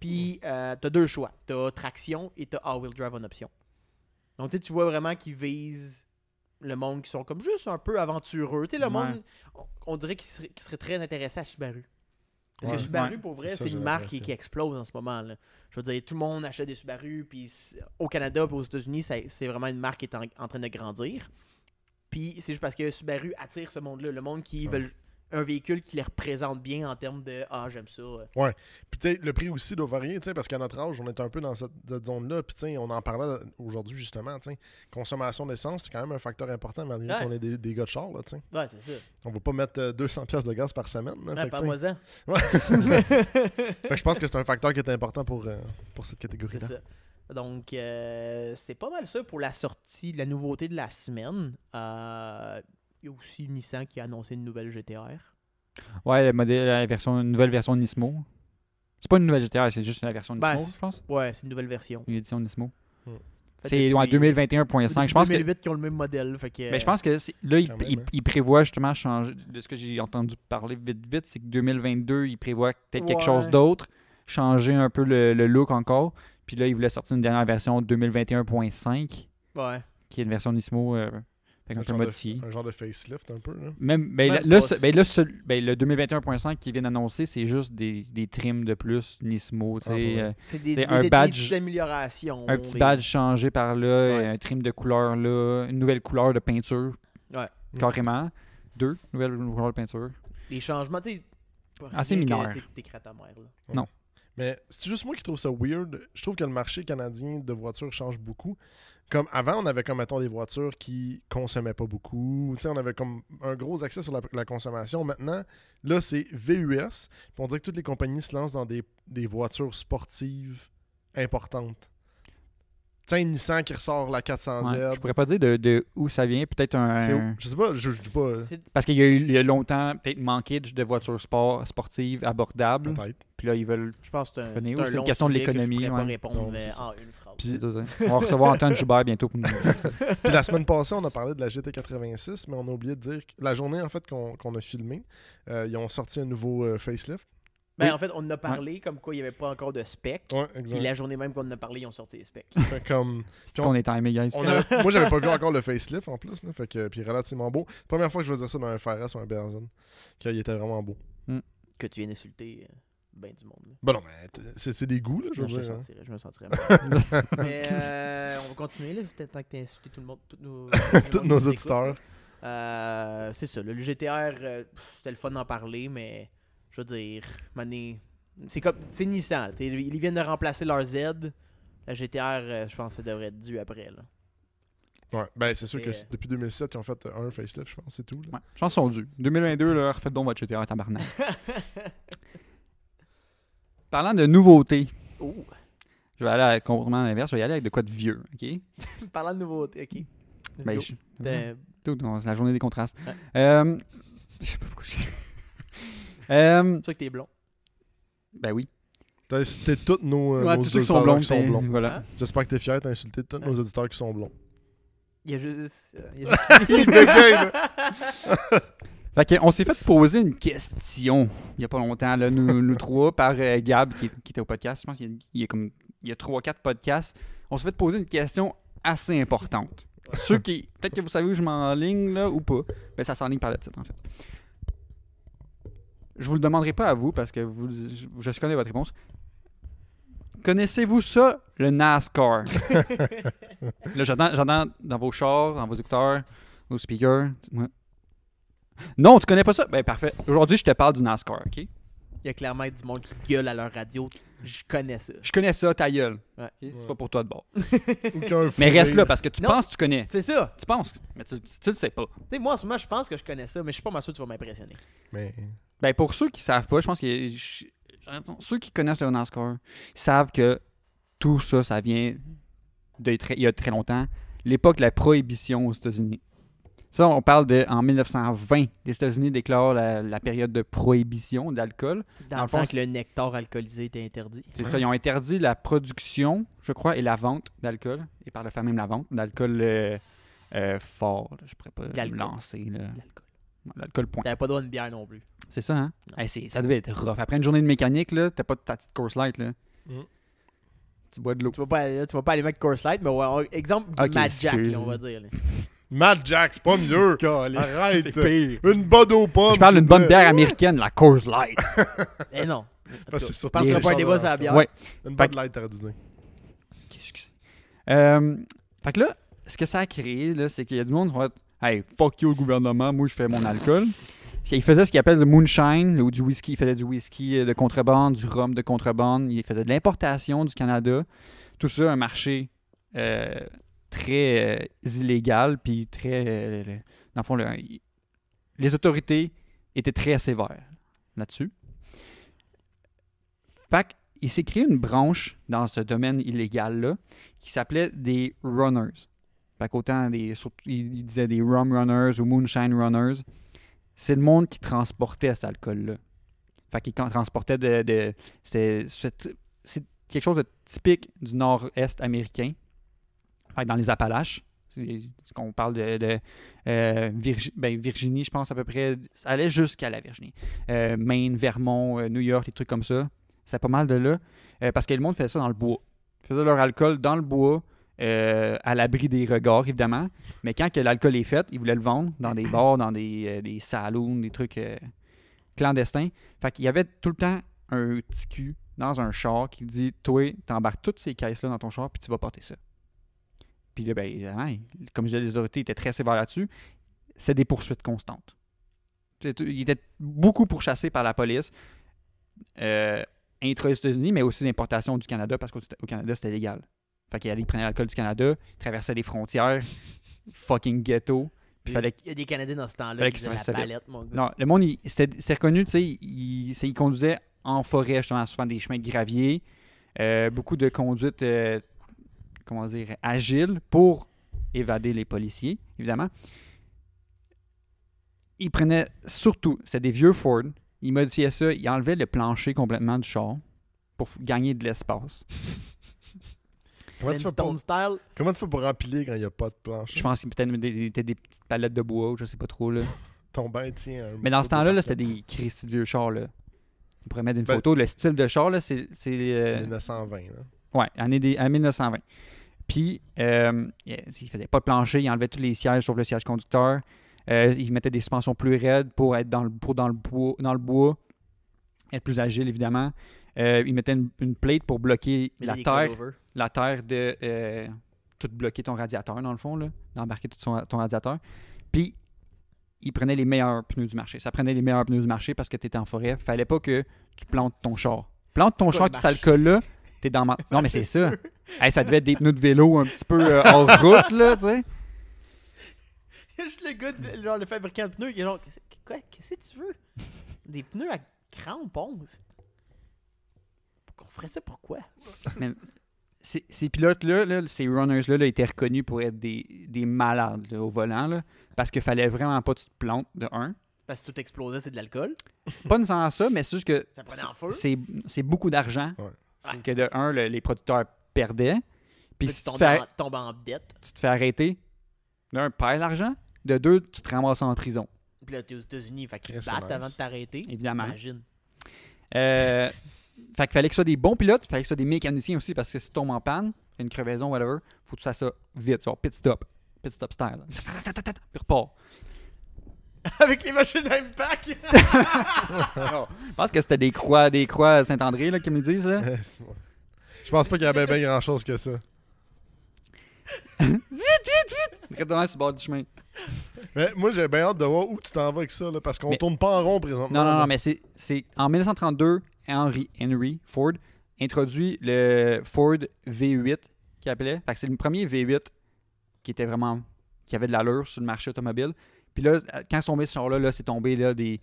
S2: Puis, euh, t'as deux choix. T'as traction et t'as all-wheel drive en option. Donc, tu sais, tu vois vraiment qu'ils visent le monde qui sont comme juste un peu aventureux. Tu sais, le
S3: Ouais.
S2: monde, on, on dirait qu'il serait, qu'il serait très intéressé à Subaru. Parce que
S1: Ouais.
S2: Subaru,
S3: Ouais.
S2: pour vrai,
S1: C'est ça,
S2: c'est
S1: j'ai
S2: une marque qui,
S1: l'impression.
S2: qui explose en ce moment. là. Je veux dire, tout le monde achète des Subaru. Puis, c'est- au Canada puis aux États-Unis, ça- c'est vraiment une marque qui est en, en train de grandir. Puis, c'est juste parce que Subaru attire ce monde-là. Le monde qui
S1: Ouais.
S2: veut un véhicule qui les représente bien en termes de Ah, j'aime ça.
S1: Puis tu sais, le prix aussi doit varier, tu sais, parce qu'à notre âge, on est un peu dans cette, cette zone-là. Puis tu sais, on en parlait aujourd'hui justement, tu sais, consommation d'essence, c'est quand même un facteur important malgré
S2: Ouais.
S1: qu'on ait des, des gars de char, là, tu sais.
S2: Ouais, c'est ça.
S1: On va pas mettre euh, 200 pièces de gaz par semaine. là.
S2: Ouais,
S1: fait, que, tu sais,
S2: Parle-moi-en. [laughs]
S1: fait que je pense que c'est un facteur qui est important pour, euh, pour cette
S2: C'est
S1: catégorie-là.
S2: ça. Donc, euh, c'est pas mal ça pour la sortie, la nouveauté de la semaine. Euh, Il y a aussi Nissan qui a annoncé une nouvelle GTR.
S3: Ouais, le modèle, la version, une nouvelle version de Nismo. C'est pas une nouvelle GTR, c'est juste la version de
S2: Ben,
S3: Nismo,
S2: c'est-
S3: je pense.
S2: Ouais, c'est une nouvelle version.
S3: Une édition de Nismo.
S1: Hmm.
S3: C'est en 2021.5. Je pense que
S2: 2008 qui ont le même modèle. Fait que,
S3: Mais je pense que c'est- là, il,
S1: Quand même,
S3: il-
S1: hein.
S3: il prévoit justement changer. De ce que j'ai entendu parler vite, vite, c'est que 2022, il prévoit peut-être quelque chose
S2: Ouais.
S3: d'autre, changer un peu le, le look encore. Puis là, il voulait sortir une dernière version 2021.5,
S2: Ouais.
S3: qui est une version Nismo euh, fait
S1: Un
S3: qu'on peut
S1: genre, de,
S3: modifier.
S1: un genre de facelift un peu. Là.
S3: Même,
S2: Même
S3: ben, là, là,
S2: pas.
S3: ce- ben, là, ce- ben, le 2021.5 qui vient d'annoncer, c'est juste des, des trims de plus Nismo. tu
S1: Ah,
S3: sais,
S1: ouais.
S3: euh,
S2: C'est des,
S3: C'est
S2: des-
S3: un
S2: des- des
S3: badge-
S2: petites améliorations.
S3: un petit
S2: des-
S3: badge changé par là,
S2: Ouais.
S3: un trim de couleur là, une nouvelle couleur de peinture,
S2: Ouais.
S1: Mm.
S3: carrément. Deux nouvelles couleurs de peinture.
S2: Des changements, tu sais.
S3: Assez
S2: rien que
S3: mineur.
S2: t'es- T'es crête amère, là.
S1: Mais c'est juste moi qui trouve ça weird. Je trouve que le marché canadien de voitures change beaucoup. Comme avant, on avait comme mettons des voitures qui consommaient pas beaucoup. Tu sais, on avait comme un gros accès sur la, la consommation. Maintenant, là, c'est VUS. Puis on dirait que toutes les compagnies se lancent dans des, des voitures sportives importantes. Tu sais, Nissan qui ressort la 400Z.
S3: Ouais, Je Ben, pourrais pas dire de, de où ça vient. Peut-être
S1: C'est où?
S3: un.
S1: Je sais pas, je, je dis pas. euh,
S2: C'est-
S3: Parce qu'il y a eu il y a longtemps peut-être manqué de de voitures sport, sportives abordables.
S1: Peut-être.
S3: Puis là, ils veulent.
S2: Je pense que c'est un,
S3: Venez où,
S2: un
S3: c'est une
S2: long
S3: question de
S2: sujet que je
S3: l'économie,
S2: pourrais pas
S3: ouais.
S2: répondre
S1: Non,
S2: euh,
S1: c'est ça.
S2: en une phrase.
S1: Puis,
S3: On va recevoir Antoine Joubert bientôt [laughs] pour nous.
S1: [laughs] Puis la semaine passée, on a parlé de la GT86, mais on a oublié de dire que la journée en fait qu'on qu'on a filmé, euh, ils ont sorti un nouveau euh, facelift.
S2: Ben,
S3: Oui.
S2: En fait, on en a parlé comme quoi il n'y avait pas encore de spec.
S1: Ouais,
S2: Puis
S1: exact.
S2: la journée même qu'on en a parlé, ils ont sorti les
S1: [laughs]
S2: specs.
S1: Fait
S3: [laughs]
S1: Comme,
S3: C'est qu'on est timé, guys.
S1: on a- moi, j'avais pas vu encore le facelift en plus, là, fait que, puis relativement beau. Première fois que je vais dire ça dans un FRS ou un Berzin, qu'il était vraiment beau.
S2: que tu viens d'insulter euh, ben du monde. là.
S1: Ben non, mais t- c'est c'est des goûts, là, je
S2: Non,
S1: veux
S2: Je, me
S1: dire. hein.
S2: sentirais, je
S1: [laughs]
S2: me sentirais mal. Mais euh, on va continuer, là. C'est peut-être temps que tu insulté tout le monde. Toutes nos,
S1: Tous nos auditeurs.
S2: Euh, c'est ça. là, le GTR, euh, pff, c'était le fun d'en parler, mais je veux dire, mané, c'est comme c'est Nissan. t'sais, Ils viennent de remplacer leur Z. La GTR, euh, je pense que ça devrait être dû
S1: [laughs]
S2: après. Là.
S1: Ouais, ben c'est sûr que
S2: Et,
S1: c'est- depuis 2007, ils ont fait un facelift, je pense, c'est tout. là.
S3: euh, Ouais, Je pense qu'ils sont dus. 2022, là, refaites donc votre GTA, tabarnak. Parlant de nouveautés,
S2: Oh,
S3: je vais aller à- complètement à l'inverse. Je vais y aller avec de quoi de vieux, OK?
S2: parlant de nouveautés, ok. Let's
S3: Ben,
S2: go.
S3: je-
S2: Euh,
S3: Tout, non, c'est la journée des contrastes.
S2: Ouais.
S3: Euh, je sais pas pourquoi j'ai- [laughs] Euh,
S2: C'est sûr que t'es blond.
S3: ben oui.
S1: T'as insulté tous nos, euh,
S3: Ouais,
S1: nos
S3: tous ceux qui sont
S1: auditeurs
S3: blonds, Hein?
S1: qui sont
S3: t'es-
S1: blonds.
S3: Voilà.
S1: J'espère que t'es fier, t'as insulté tous nos auditeurs qui sont blonds.
S2: Il y a juste. euh,
S3: [laughs]
S2: il y a juste-
S1: Le gars, là.
S3: Fait que, on s'est fait poser une question il y a pas longtemps, là, nous, nous trois, par euh, Gab qui, qui était au podcast. Je pense qu'il y a- il y a comme il y a trois, quatre podcasts. On s'est fait poser une question assez importante. Ceux qui. Peut-être que vous savez où je m'enligne là ou pas. Mais ça s'enligne par le titre en fait. Je vous le demanderai pas à vous parce que vous, je, je connais votre réponse. Connaissez-vous ça, le NASCAR? là, j'entends, j'entends dans vos chars, dans vos écouteurs, vos speakers. Ouais. Non, tu connais pas ça? Ben parfait. Aujourd'hui, je te parle du NASCAR, ok?
S2: il y a clairement du monde qui gueule à leur radio. Je connais ça.
S3: Je connais ça, ta gueule.
S2: Ouais.
S3: Ok? C'est pas pour toi de bord.
S1: Aucun
S3: Mais
S1: fou
S3: reste là
S1: rire.
S3: parce que tu
S2: Non.
S3: penses que tu connais.
S2: C'est ça.
S3: Tu penses, mais tu, tu le sais pas.
S2: T'sais, moi, en ce moment, je pense que je connais ça, mais je suis pas mal sûr que tu vas m'impressionner.
S1: Mais
S3: Ben pour ceux qui savent pas, je pense que je- j'entends- ceux qui connaissent le NASCAR savent que tout ça, ça vient de très- il y a très longtemps, l'époque de la prohibition aux États-Unis. Ça, on parle de en 1920, les États-Unis déclarent la, la période de prohibition d'alcool.
S2: Dans,
S3: Dans
S2: le
S3: le
S2: temps
S3: fond,
S2: que le nectar alcoolisé était interdit.
S3: C'est ça, ils ont interdit la production, je crois, et la vente d'alcool, et par le fait même la vente d'alcool euh, euh, fort. là, Je pourrais pas me
S2: D'alcool.
S3: lancer là.
S2: L'alcool.
S3: l'alcool point.
S2: T'avais pas droit à une bière non plus.
S3: C'est ça, hein?
S2: Non.
S3: Hey, c'est- ça devait être rough. Après une journée de mécanique, là, t'as pas de ta petite course light, là.
S1: Mm.
S3: Tu bois de l'eau.
S2: Tu vas pas, aller- tu vas pas aller mettre Course Light, mais ouais, on- exemple
S3: Ok,
S2: Mad Jack,
S3: excuse.
S2: là, on va dire. là.
S1: Mad Jack, c'est pas mieux.
S3: [laughs] C'est
S1: Arrête. Oh,
S3: pire.
S1: Une bonne aux pommes.
S3: Je parle d'une
S1: s'il
S3: bonne
S1: vous plaît. [laughs]
S3: bière américaine, la course light.
S2: Eh
S3: [laughs]
S2: non. En
S1: Parce
S2: tout
S1: que
S2: cas,
S1: c'est surtout
S2: partira
S1: les
S2: pas un
S1: gens
S2: débat
S1: dans
S2: sur la
S1: ce
S2: bière.
S3: ouais.
S1: Une
S3: Fait
S1: bonne
S3: que-
S1: light tardinée.
S3: Ok, excusez. Euh, fait que là, ce que ça a créé, là, c'est qu'il y a du monde qui va être Hey, fuck you le gouvernement, moi je fais mon alcool. Il faisait ce qu'il appelle le moonshine ou du whisky. Il faisait du whisky euh, de contrebande, du rhum de contrebande. Il faisait de l'importation du Canada. Tout ça, un marché euh, très euh, illégal. Puis très. euh, le- dans le fond, le- il- les autorités étaient très sévères là-dessus. Fait que il s'est créé une branche dans ce domaine illégal-là qui s'appelait des runners. Fait qu'autant des. surtout- il il disait des rum runners ou moonshine runners. C'est le monde qui transportait cet alcool-là. Fait qu'il can- transportait de. de- c'était- c'est c'est quelque chose de typique du nord-est américain. Fait que dans les Appalaches. c'est- c'est qu'on parle de, de, euh, Virgi- ben, Virginie, je pense à peu près. Ça allait jusqu'à la Virginie. Euh, Maine, Vermont, euh, New York, des trucs comme ça. C'est pas mal de là. Euh, parce que le monde faisait ça dans le bois. Ils faisaient leur alcool dans le bois, euh, à l'abri des regards, évidemment. Mais quand que l'alcool est fait, ils voulaient le vendre dans des bars, dans des, euh, des saloons, des trucs euh, clandestins. Fait qu'il y avait tout le temps un petit cul dans un char qui dit Toi, t'embarques toutes ces caisses-là dans ton char, puis tu vas porter ça. Puis là, ben, évidemment, il- comme je disais, les autorités étaient très sévères là-dessus. C'est des poursuites constantes. Tu sais, tu- Ils étaient beaucoup pourchassés par la police. Euh, intra États-Unis, mais aussi l'importation du Canada parce qu'au au Canada, c'était légal. Fait qu'il allait, il prenait l'alcool du Canada, il traversait les frontières, [laughs] fucking ghetto. Puis fallait
S2: Il y a des Canadiens dans ce temps-là
S3: Fallait
S2: qui
S3: qu'ils
S2: faisaient la
S3: se fassent
S2: palette, mon gars.
S3: non, le monde, il- c'était- c'est reconnu, tu sais, il, c'est- il conduisait en forêt, justement, souvent des chemins de gravier, euh, beaucoup de conduites, euh, comment dire, agiles pour évader les policiers, évidemment. Il prenait surtout, c'était des vieux Ford, il modifiait ça, il enlevait le plancher complètement du char pour f- gagner de l'espace.
S1: Comment tu, fais pour,
S2: Flintstone style.
S1: comment tu fais pour empiler quand il n'y a pas de planche?
S3: Je pense qu'il peut-être mettait des, des- des petites palettes de bois, ou je sais pas trop, là.
S1: Ton bain tient un
S3: Mais dans
S1: morceau
S3: ce temps-là,
S1: de
S3: là,
S1: papier.
S3: c'était des cris de vieux chars, là. On pourrait mettre une
S1: Ben-
S3: photo. Le style de char, là, c'est. c'est, euh,
S1: 1920. là.
S3: Ouais, année des, à 1920. Puis, euh, il faisait pas de plancher, il enlevait tous les sièges sauf le siège conducteur. Euh, il mettait des suspensions plus raides pour être dans le, pour dans le, bois, dans le bois, être plus agile, évidemment. Euh, il mettait une, une plate pour bloquer la
S2: Les
S3: terre,
S2: coilovers.
S3: la terre de euh, tout bloquer ton radiateur, dans le fond, là, d'embarquer tout son- ton radiateur. Puis, il prenait les meilleurs pneus du marché. Ça prenait les meilleurs pneus du marché parce que tu étais en forêt. Fallait pas que tu plantes ton char. Plante ton
S2: Pourquoi
S3: char
S2: il
S3: avec cet
S2: marche?
S3: alcool-là, t'es dans ma... Non, mais c'est ça. Hey, ça devait être des pneus de vélo un petit peu euh, hors route, là, tu sais.
S2: [laughs] Juste le gars, de- genre le fabricant de pneus, qui est genre, Qu'est-ce- quoi, qu'est-ce que tu veux Des pneus à crampons. c'est- On ferait ça pourquoi
S3: Ces, ces pilotes-là, là, ces runners-là, là, étaient reconnus pour être des, des malades là, au volant, là, parce qu'il fallait vraiment pas que tu te plantes, de un.
S2: Parce que tout explosait, c'est de l'alcool.
S3: Pas nécessairement ça, mais c'est juste que
S2: Ça prenait en feu.
S3: c'est c'est beaucoup d'argent
S1: Ouais.
S2: Ouais.
S3: que de un, le- les producteurs perdaient. Puis
S2: Puis
S3: si
S2: tu
S3: tu te,
S2: tombes
S3: fais,
S2: en, tombes en dette.
S3: tu te fais arrêter, d'un, perds l'argent, de deux, tu te ramasses en prison,
S2: Puis là, t'es aux États-Unis, fait qu'ils te
S1: Chris,
S2: battent
S1: c'est
S2: avant
S1: nice.
S2: de t'arrêter.
S3: évidemment.
S2: Imagine.
S3: Euh, fait qu'il fallait que ce soit des bons pilotes, fallait que ce soit des mécaniciens aussi, parce que si tu tombes en panne, une crevaison, whatever, faut que tu fasses ça vite, genre pit stop, pit stop
S2: [laughs]
S3: style, là. puis repars.
S2: [laughs] Avec les machines à impact. [laughs]
S3: Je pense que c'était des croix, des croix Saint-André, là, qu'ils me
S2: [laughs]
S3: disent, là.
S1: Ouais, [laughs] c'est- ouais. Je pense pas qu'il y avait bien grand chose que ça.
S3: Direct devant sur le bord du chemin.
S1: Mais moi, j'ai bien hâte de voir où tu t'en vas avec ça, là, parce qu'on
S3: Mais-
S1: tourne pas en rond présentement.
S3: Non, non,
S1: là.
S3: non, mais c'est, c'est- en 1932, Henry, Henry Ford introduit le Ford V8 qu'il appelait. Fait que c'est le premier V8 qui était vraiment qui avait de l'allure sur le marché automobile. Puis là, quand c'est tombé ce char-là, là, c'est tombé là, des.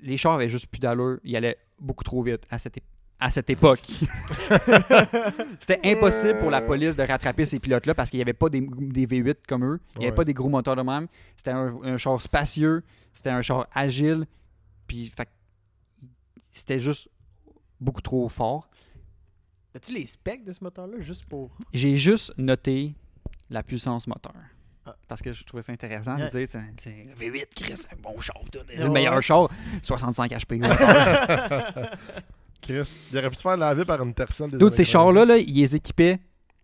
S3: Les chars avaient juste plus d'allure. Ils allaient beaucoup trop vite à cette, é- à cette époque. C'était impossible pour la police de rattraper ces pilotes-là parce qu'il n'y avait pas des, des V8 comme eux. Il n'y avait
S1: Ouais.
S3: pas des gros moteurs de même. C'était un, un char spacieux. C'était un char agile. Puis, fait que c'était juste beaucoup trop fort.
S2: T'as-tu les specs de ce moteur-là juste pour.
S3: J'ai juste noté la puissance moteur.
S2: Ah.
S3: Parce que je trouvais ça intéressant de
S2: Ouais.
S3: dire c'est- c'est V8 Chris, c'est un bon char, tout. c'est
S2: Ouais,
S3: le meilleur
S2: ouais.
S3: char, 65 HP. [laughs]
S1: Chris, il aurait pu se faire laver par une personne.
S3: Tous ces chars-là, là, ils les équipaient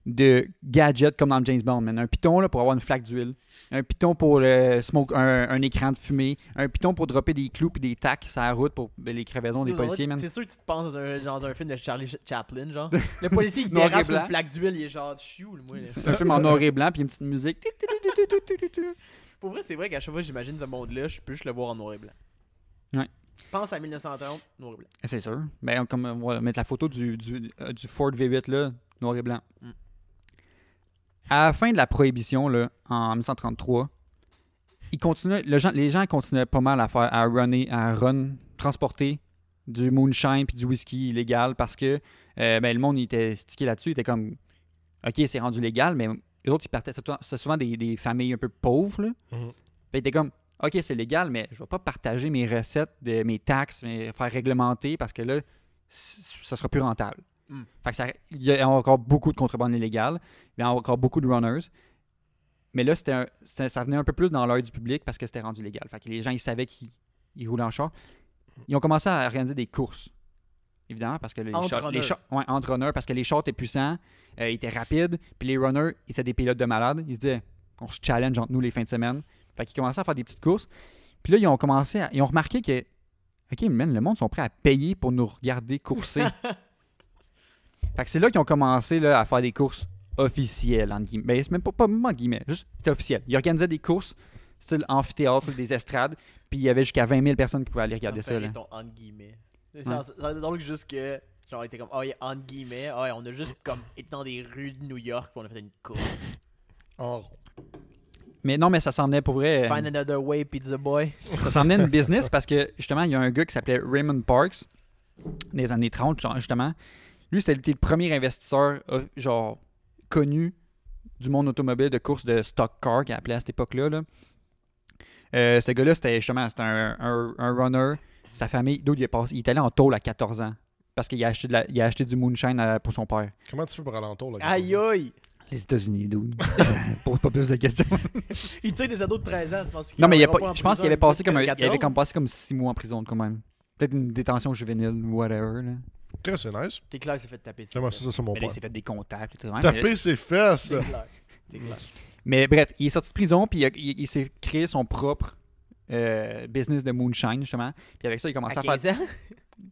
S3: de gadgets comme dans James Bond. man. Un piton là, pour avoir une flaque d'huile, un piton pour euh, smoke, un, un écran de fumée, un piton pour dropper des clous et des tacs sur la route pour ben, les crevaisons des
S2: Nous autres,
S3: policiers. man.
S2: C'est sûr que tu te penses dans un, genre, dans un film de Charlie Ch- Chaplin, genre. Le policier, il
S3: [laughs] Noir et
S2: dérape sur
S3: blanc.
S2: une flaque d'huile, il est genre, je suis où, le moi, là?
S3: C'est un film en noir et blanc puis une petite musique.
S2: Pour vrai, c'est vrai qu'à chaque fois que j'imagine ce monde-là, je peux juste le voir en noir et blanc.
S3: Ouais.
S2: Pense à 1930, noir et blanc.
S3: C'est sûr. Ben, comme on va mettre la photo du, du, euh, du Ford V8, là, noir et blanc.
S2: Mm.
S3: À la fin de la Prohibition, là, en 1933, ils continuaient- le gens- les gens continuaient pas mal à faire à runner, à run, transporter du moonshine puis du whisky illégal parce que euh, ben, le monde il était stické là-dessus. Il était comme OK, c'est rendu légal, mais les autres, ils partaient. c'est souvent- C'est souvent des, des familles un peu pauvres. Là.
S1: Mhm.
S3: Puis ils étaient comme OK, c'est légal, mais je vais pas partager mes recettes, de, mes taxes, mes, faire réglementer parce que là, c- ça sera plus rentable.
S2: Mm.
S3: Fait que ça- il y a encore beaucoup de contrebande illégale, il y a encore beaucoup de runners. Mais là, c'était un- c'était- ça venait un peu plus dans l'œil du public parce que c'était rendu légal. Fait que les gens, ils savaient qu'ils ils roulaient en char. Ils ont commencé à organiser des courses, évidemment, parce que les
S2: Entre
S3: chars, les
S2: runners.
S3: chars- ouais, entre runners, parce que les chars étaient puissants, euh, ils étaient rapides, puis les runners, ils étaient des pilotes de malades. Ils se disaient, on se challenge entre nous les fins de semaine. Fait qu'ils commençaient à faire des petites courses. Puis là, ils ont commencé à, ils ont remarqué que, OK, man, le monde sont prêts à payer pour nous regarder courser. fait que c'est là qu'ils ont commencé là, à faire des courses officielles, entre guillemets. Ben, c'est même pas, pas en guillemets, juste c'était officiel. Ils organisaient des courses, style amphithéâtre, des estrades, puis il y avait jusqu'à 20 000 personnes qui pouvaient aller regarder ça.
S2: Faire
S3: là.
S2: les tons entre guillemets. C'est genre- c'est- C'est drôle juste que, genre, il était comme, oh, il est entre guillemets, oh, on a juste comme [coughs] été dans des rues de New York, puis on a fait une course.
S3: Mais non, mais ça s'en venait pour vrai. euh,
S2: Find another way, pizza boy.
S3: ça s'en venait une business parce que justement, il y a un gars qui s'appelait Raymond Parks, des années 30, genre, justement. Lui, c'était le premier investisseur euh, genre connu du monde automobile de course de stock car qu'il appelait à cette époque-là. là. Euh, ce gars-là, c'était justement c'était un, un- un runner. Sa famille, d'où il est passé, il est allé en tôle à 14 ans parce qu'il a acheté, de la- il a acheté du moonshine euh, pour son père.
S1: Comment tu fais pour aller en tour, là? quand
S2: Aïe
S1: on-
S2: aïe!
S3: Les États-Unis, [laughs] d'où Pose pas plus de questions.
S2: Il tire des ados de 13 ans, je pense qu'il
S3: Non, mais il a
S2: rentrera
S3: pas-
S2: en
S3: je pense qu'il avait
S2: prison,
S3: passé comme un- il avait
S2: 14.
S3: comme passé comme 6 mois en prison quand même. Peut-être une détention juvénile, whatever. Là.
S1: Ok, c'est nice.
S2: T'es clair, c'est fait taper. ses
S1: J'aime ça,
S2: fesses.
S1: ça, c'est mon
S3: Mais là,
S1: point.
S3: il s'est fait des contacts et tout. de même. Mais,
S1: Taper ses fesses!
S2: T'es clair. T'es clair.
S3: mais bref, il est sorti de prison, puis il, a- il- il s'est créé son propre euh, business de moonshine, justement. Puis avec ça, il commençait
S2: À
S3: à, faire.
S2: 15 ans?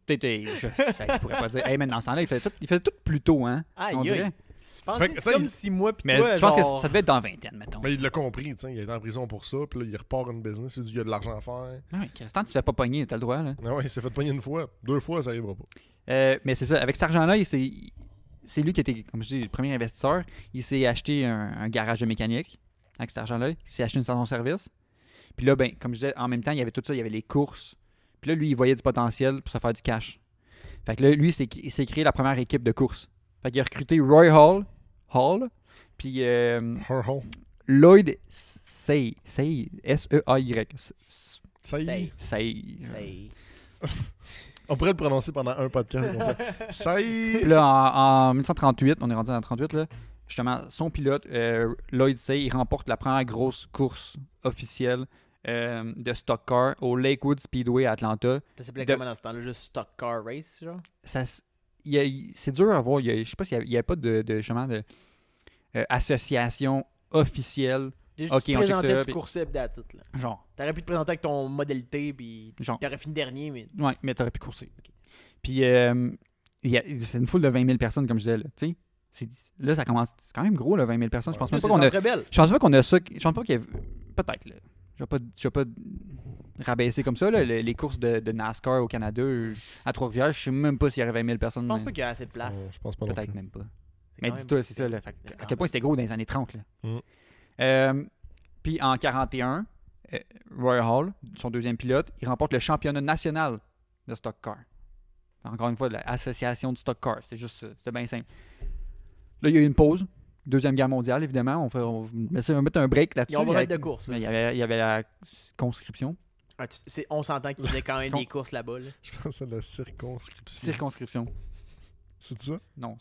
S3: T'es- t'es- je, je pourrais pas dire. Hey, mais dans ce temps-là, il faisait tout, il faisait tout plus tôt, hein. on
S2: Aïe,
S3: dirait.
S2: aïe. Je pense
S1: Fait que,
S2: que
S1: tu
S2: c'est
S1: sais,
S2: comme si moi pis
S3: Mais
S2: toi,
S3: je pense
S2: genre-
S3: que ça devait être dans la vingtaine, mettons.
S1: Mais Ben, il l'a compris, tu sais, il est en prison pour ça, puis là, il repart une business, il dit qu'il y a de l'argent à faire.
S3: Ah oui, Christian, tu t'es pas pogné, t'as le droit, là.
S1: Ah ouais, il s'est fait pogner une fois. Deux fois, ça arrivera pas.
S3: Euh, mais c'est ça, avec cet argent-là, il s'est- c'est lui qui était, comme je dis, le premier investisseur. Il s'est acheté un, un garage de mécanique avec cet argent-là. Il s'est acheté une station-service. Puis là, ben, comme je disais, en même temps, il y avait tout ça, il y avait les courses. Puis là, lui, il voyait du potentiel pour se faire du cash. Fait que là, lui, c'est- il s'est créé la première équipe de course. Fait qu'il a recruté Roy Hall, Hall puis euh,
S1: Hurl.
S3: Lloyd Say, Say, S-E-A-Y. S- S-
S1: Ça y est.
S2: Say.
S3: Say. euh,
S2: C'est-
S1: On pourrait le prononcer pendant un podcast. au complet. Ça y
S3: Puis
S1: est.
S3: là, en, en 1938, on est rendu en 38, là, justement, son pilote, euh, Lloyd Say, il remporte la première grosse course officielle euh, de stock car au Lakewood Speedway à Atlanta.
S2: Ça s'appelait
S3: De-
S2: comment dans ce temps-là? Juste Stock Car Race, genre?
S3: Ça s- il y a- il- C'est dur à voir. il y a- Je sais pas s'il n'y avait pas de, de, justement de euh, association officielle,
S2: Déjà,
S3: Ok,
S2: tu te
S3: on check
S2: présentais,
S3: ça,
S2: tu
S3: puis-
S2: coursais, pis that's it, là.
S3: genre.
S2: T'aurais pu te présenter avec ton modalité, puis
S3: Genre.
S2: t'aurais fini dernier, mais
S3: Ouais, mais t'aurais pu courser.
S2: Ok.
S3: Puis, euh, il y a- c'est une foule de 20 000 personnes, comme je disais. Là, tu sais. C'est- là ça commence. C'est quand même gros, là, 20 000 personnes. Je pense même pas qu'on a
S2: très belle.
S3: Je pense pas qu'on a ça. Je pense pas qu'il y a. Peut-être, là. Je vais pas, je vais pas rabaisser comme ça, là, le- les courses de, de NASCAR au Canada, euh, à Trois-Rivières. Je sais même pas s'il y avait 20 000 personnes.
S2: Je pense
S3: mais
S2: pas qu'il y a assez de place.
S1: Euh, Je pense pas non
S3: Peut-être
S1: plus.
S3: même pas.
S2: C'est
S3: Mais
S2: quand
S3: dis-toi,
S2: même-
S3: c'est ça, là. Fait que
S2: c'est
S3: à
S2: quand
S3: quel point c'était gros dans les années 30, là.
S1: Mm.
S3: Euh, puis en 41, euh, Roy Hall, son deuxième pilote, il remporte le championnat national de stock car. Encore une fois, l'association du stock car, c'est juste ça, c'était bien simple. Là, il y a eu une pause, deuxième guerre mondiale, évidemment. On, fait, on, va mettre- on va mettre un break là-dessus.
S2: Ils ont
S3: avec-
S2: break de course.
S3: mais il y avait, il y avait la conscription,
S2: Ah, tu- c'est- On s'entend qu'ils faisaient quand même des courses là-bas. là.
S1: Je pense à la circonscription.
S3: circonscription.
S1: C'est ça? Moi,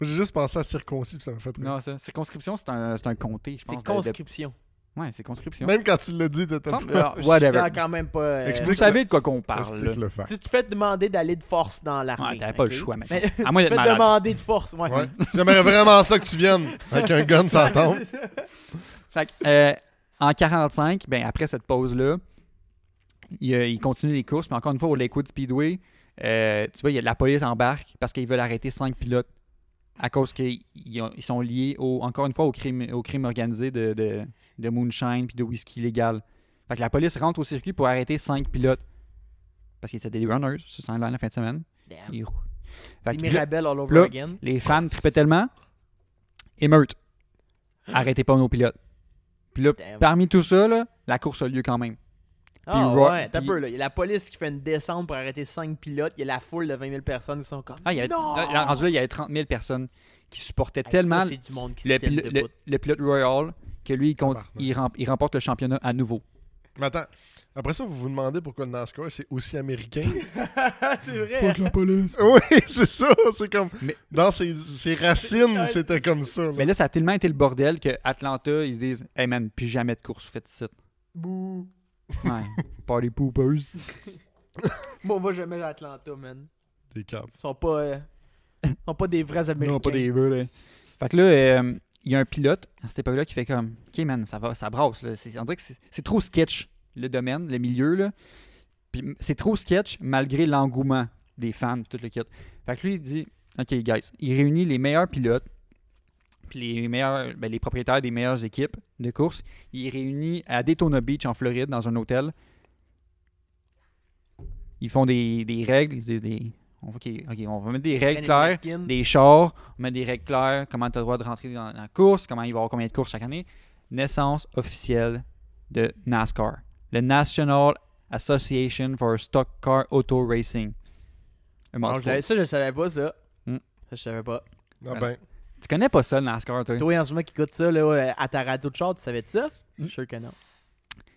S3: Non,
S1: j'ai juste pensé à circoncis, puis ça m'a fait rire.
S3: non, ça. Circonscription, c'est un, c'est un comté, je pense.
S2: C'est
S3: de- de- [laughs]
S2: conscription.
S3: Ouais, c'est Euh, conscription.
S1: Même quand tu l'as dit, t'étais
S3: Semble-
S1: pas...
S3: Ah, whatever.
S2: J'étais quand même pas. euh,
S1: Explique.
S3: Vous savez de quoi qu'on parle.
S1: [laughs]
S3: là.
S1: Explique le fact.
S2: Si tu te fais demander d'aller de force dans l'armée.
S3: Ouais, t'avais pas le
S2: ok?
S3: choix, mec.
S2: Mais tu
S3: À
S2: te
S3: moins
S2: fais
S3: d'être malade.
S2: demander de force, ouais.
S1: Ouais. J'aimerais vraiment ça que tu viennes avec un gun sans tombe.
S3: Fait que, euh, en 45, ben, après cette pause-là, il, euh, il continue les courses. Mais encore une fois, au Lakewood Speedway, euh, tu vois, il y a de la police embarque parce qu'ils veulent arrêter cinq pilotes à cause qu'ils ils ont- ils sont liés, au, encore une fois, au crime, au crime organisé de, de- de moonshine puis de whisky légal. Fait que la police rentre au circuit pour arrêter cinq pilotes parce qu'ils étaient des runners sur Saint-Laurent la fin de semaine.
S2: Damn.
S3: Ils- Fait
S2: Ah C'est
S3: que là,
S2: Mirabelle all over
S3: là-
S2: again.
S3: les fans tripaient tellement. Émeute. Arrêtez pas nos pilotes. Puis là,
S2: Damn.
S3: parmi tout ça, là, la course a lieu quand même.
S2: Ah
S3: Roy-
S2: ouais, t'as
S3: puis-
S2: peu là. Il y a la police qui fait une descente pour arrêter 5 pilotes. Il y a la foule de 20 000 personnes qui sont comme.
S3: Ah, il y avait,
S2: Non!
S3: là, là, rendu là, il y avait 30 000 personnes qui supportaient
S2: Hey,
S3: tellement
S2: ça, C'est du monde qui
S3: le,
S2: se tient
S3: pilo- le-
S2: debout.
S3: le pilote Royal que lui, il, compte-
S1: Tabarnak.
S3: il, rem- il remporte le championnat à nouveau.
S2: [laughs]
S1: Mais attends, après ça, vous vous demandez pourquoi le NASCAR, c'est aussi américain.
S2: Ah, C'est vrai.
S3: la police.
S1: [laughs] oui, c'est ça. C'est comme...
S3: Mais-
S1: Dans ses, ses racines,
S2: C'est-
S1: c'était comme ça. là.
S3: Mais là, ça a tellement été le bordel que Atlanta, ils disent Hey man, puis jamais de course faite ici.
S2: Bouh.
S3: Ouais. [laughs] Party poopers.
S2: Moi, on va jamais à Atlanta, man.
S1: Des caves.
S2: Ils sont pas. euh, ils sont pas des vrais Américains.
S3: Non, pas des vœux, là. Fait que là, euh, il y a un pilote à cette époque-là qui fait comme Ok, man, ça, va, ça brasse. Là. C'est- On dirait que c'est c'est trop sketch, le domaine, le milieu. Là. Puis m- c'est trop sketch malgré l'engouement des fans, tout le kit. Fait que lui, il dit Ok, guys, il réunit les meilleurs pilotes, puis les, meilleurs, ben, les propriétaires des meilleures équipes de course. Il les réunit à Daytona Beach, en Floride, dans un hôtel. Ils font des, des règles, ils disent des. on va- ok, ok, on va mettre des règles
S2: Annie
S3: claires
S2: Hopkins.
S3: Mm. des chars, on met des règles claires, comment tu as le droit de rentrer dans dans la course, comment il va y avoir combien de courses chaque année. Naissance officielle de NASCAR, le National Association for Stock Car Auto Racing. Un
S2: Non,
S3: mouthful.
S2: je l'avais- ça, je savais pas ça.
S3: Hmm.
S2: Ça, je savais pas.
S1: Ah
S3: Voilà.
S1: ben,
S3: Tu connais pas ça, le NASCAR, toi?
S2: Toi, en ce moment, qui écoute ça là, euh, à ta radio de char, tu savais de ça? Je
S3: Hmm.
S2: suis sûr que non.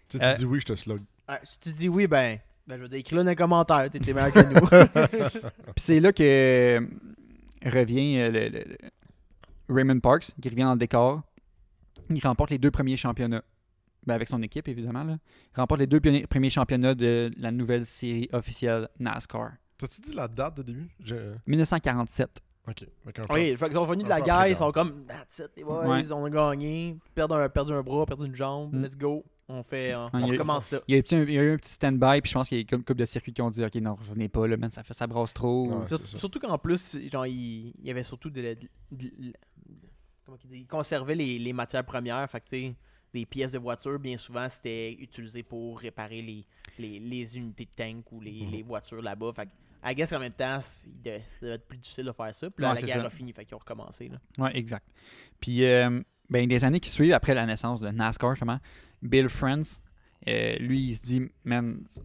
S1: tu, sais, tu
S3: Euh,
S1: dis oui, je te
S3: [laughs]
S1: slug. [laughs]
S2: Ah, si tu dis oui, ben, ben je vais t'écrire là dans les commentaires. T'étais meilleur que nous.
S3: [laughs]
S2: [laughs]
S3: Puis c'est là que euh, revient euh, le- le- le Raymond Parks, qui revient dans le décor. Il remporte les deux premiers championnats. ben, avec son équipe évidemment, là, il remporte les deux pionni- premiers championnats de la nouvelle série officielle NASCAR.
S1: T'as-tu dit la date de début? Je- euh,
S3: 1947.
S1: Ok. Ah, Fait qu'un
S2: Oui, fait qu'ils sont venus de la
S1: Un peu
S2: guerre,
S1: après
S2: ils sont comme, that's it, les boys,
S3: Ouais.
S2: ils ont gagné, perdu un, perdu un bras, perdu une jambe,
S3: Mm. Ah,
S2: let's go, on fait, euh, on,
S3: il y a-
S2: recommence ça.
S3: Il y a eu, petit- il y a eu un petit stand-by, puis je pense qu'il y a eu comme une couple de circuits qui ont dit Ok, non, revenez pas, là, man, ça, fait, ça brasse trop.
S1: Ouais.
S2: Surt-
S1: c'est ça.
S2: surtout qu'en plus, genre, il, il y avait surtout de, la- de- de- comment qu'il dit, il conservait les, les matières premières, fait que, tu sais, des pièces de voiture, bien souvent, c'était utilisé pour réparer les, les, les unités de tank ou les,
S1: Mhm.
S2: les voitures là-bas, fait que, I guess qu'en même temps, c'est- il devait ça devait être plus difficile de faire ça, puis là,
S3: Ouais,
S2: la
S3: c'est
S2: guerre
S3: ça.
S2: a fini, fait qu'ils ont recommencé, là.
S3: Oui, exact. Puis, euh, ben, des années qui suivent, après la naissance de NASCAR, justement, Bill Friends, euh, lui, il se dit, man, je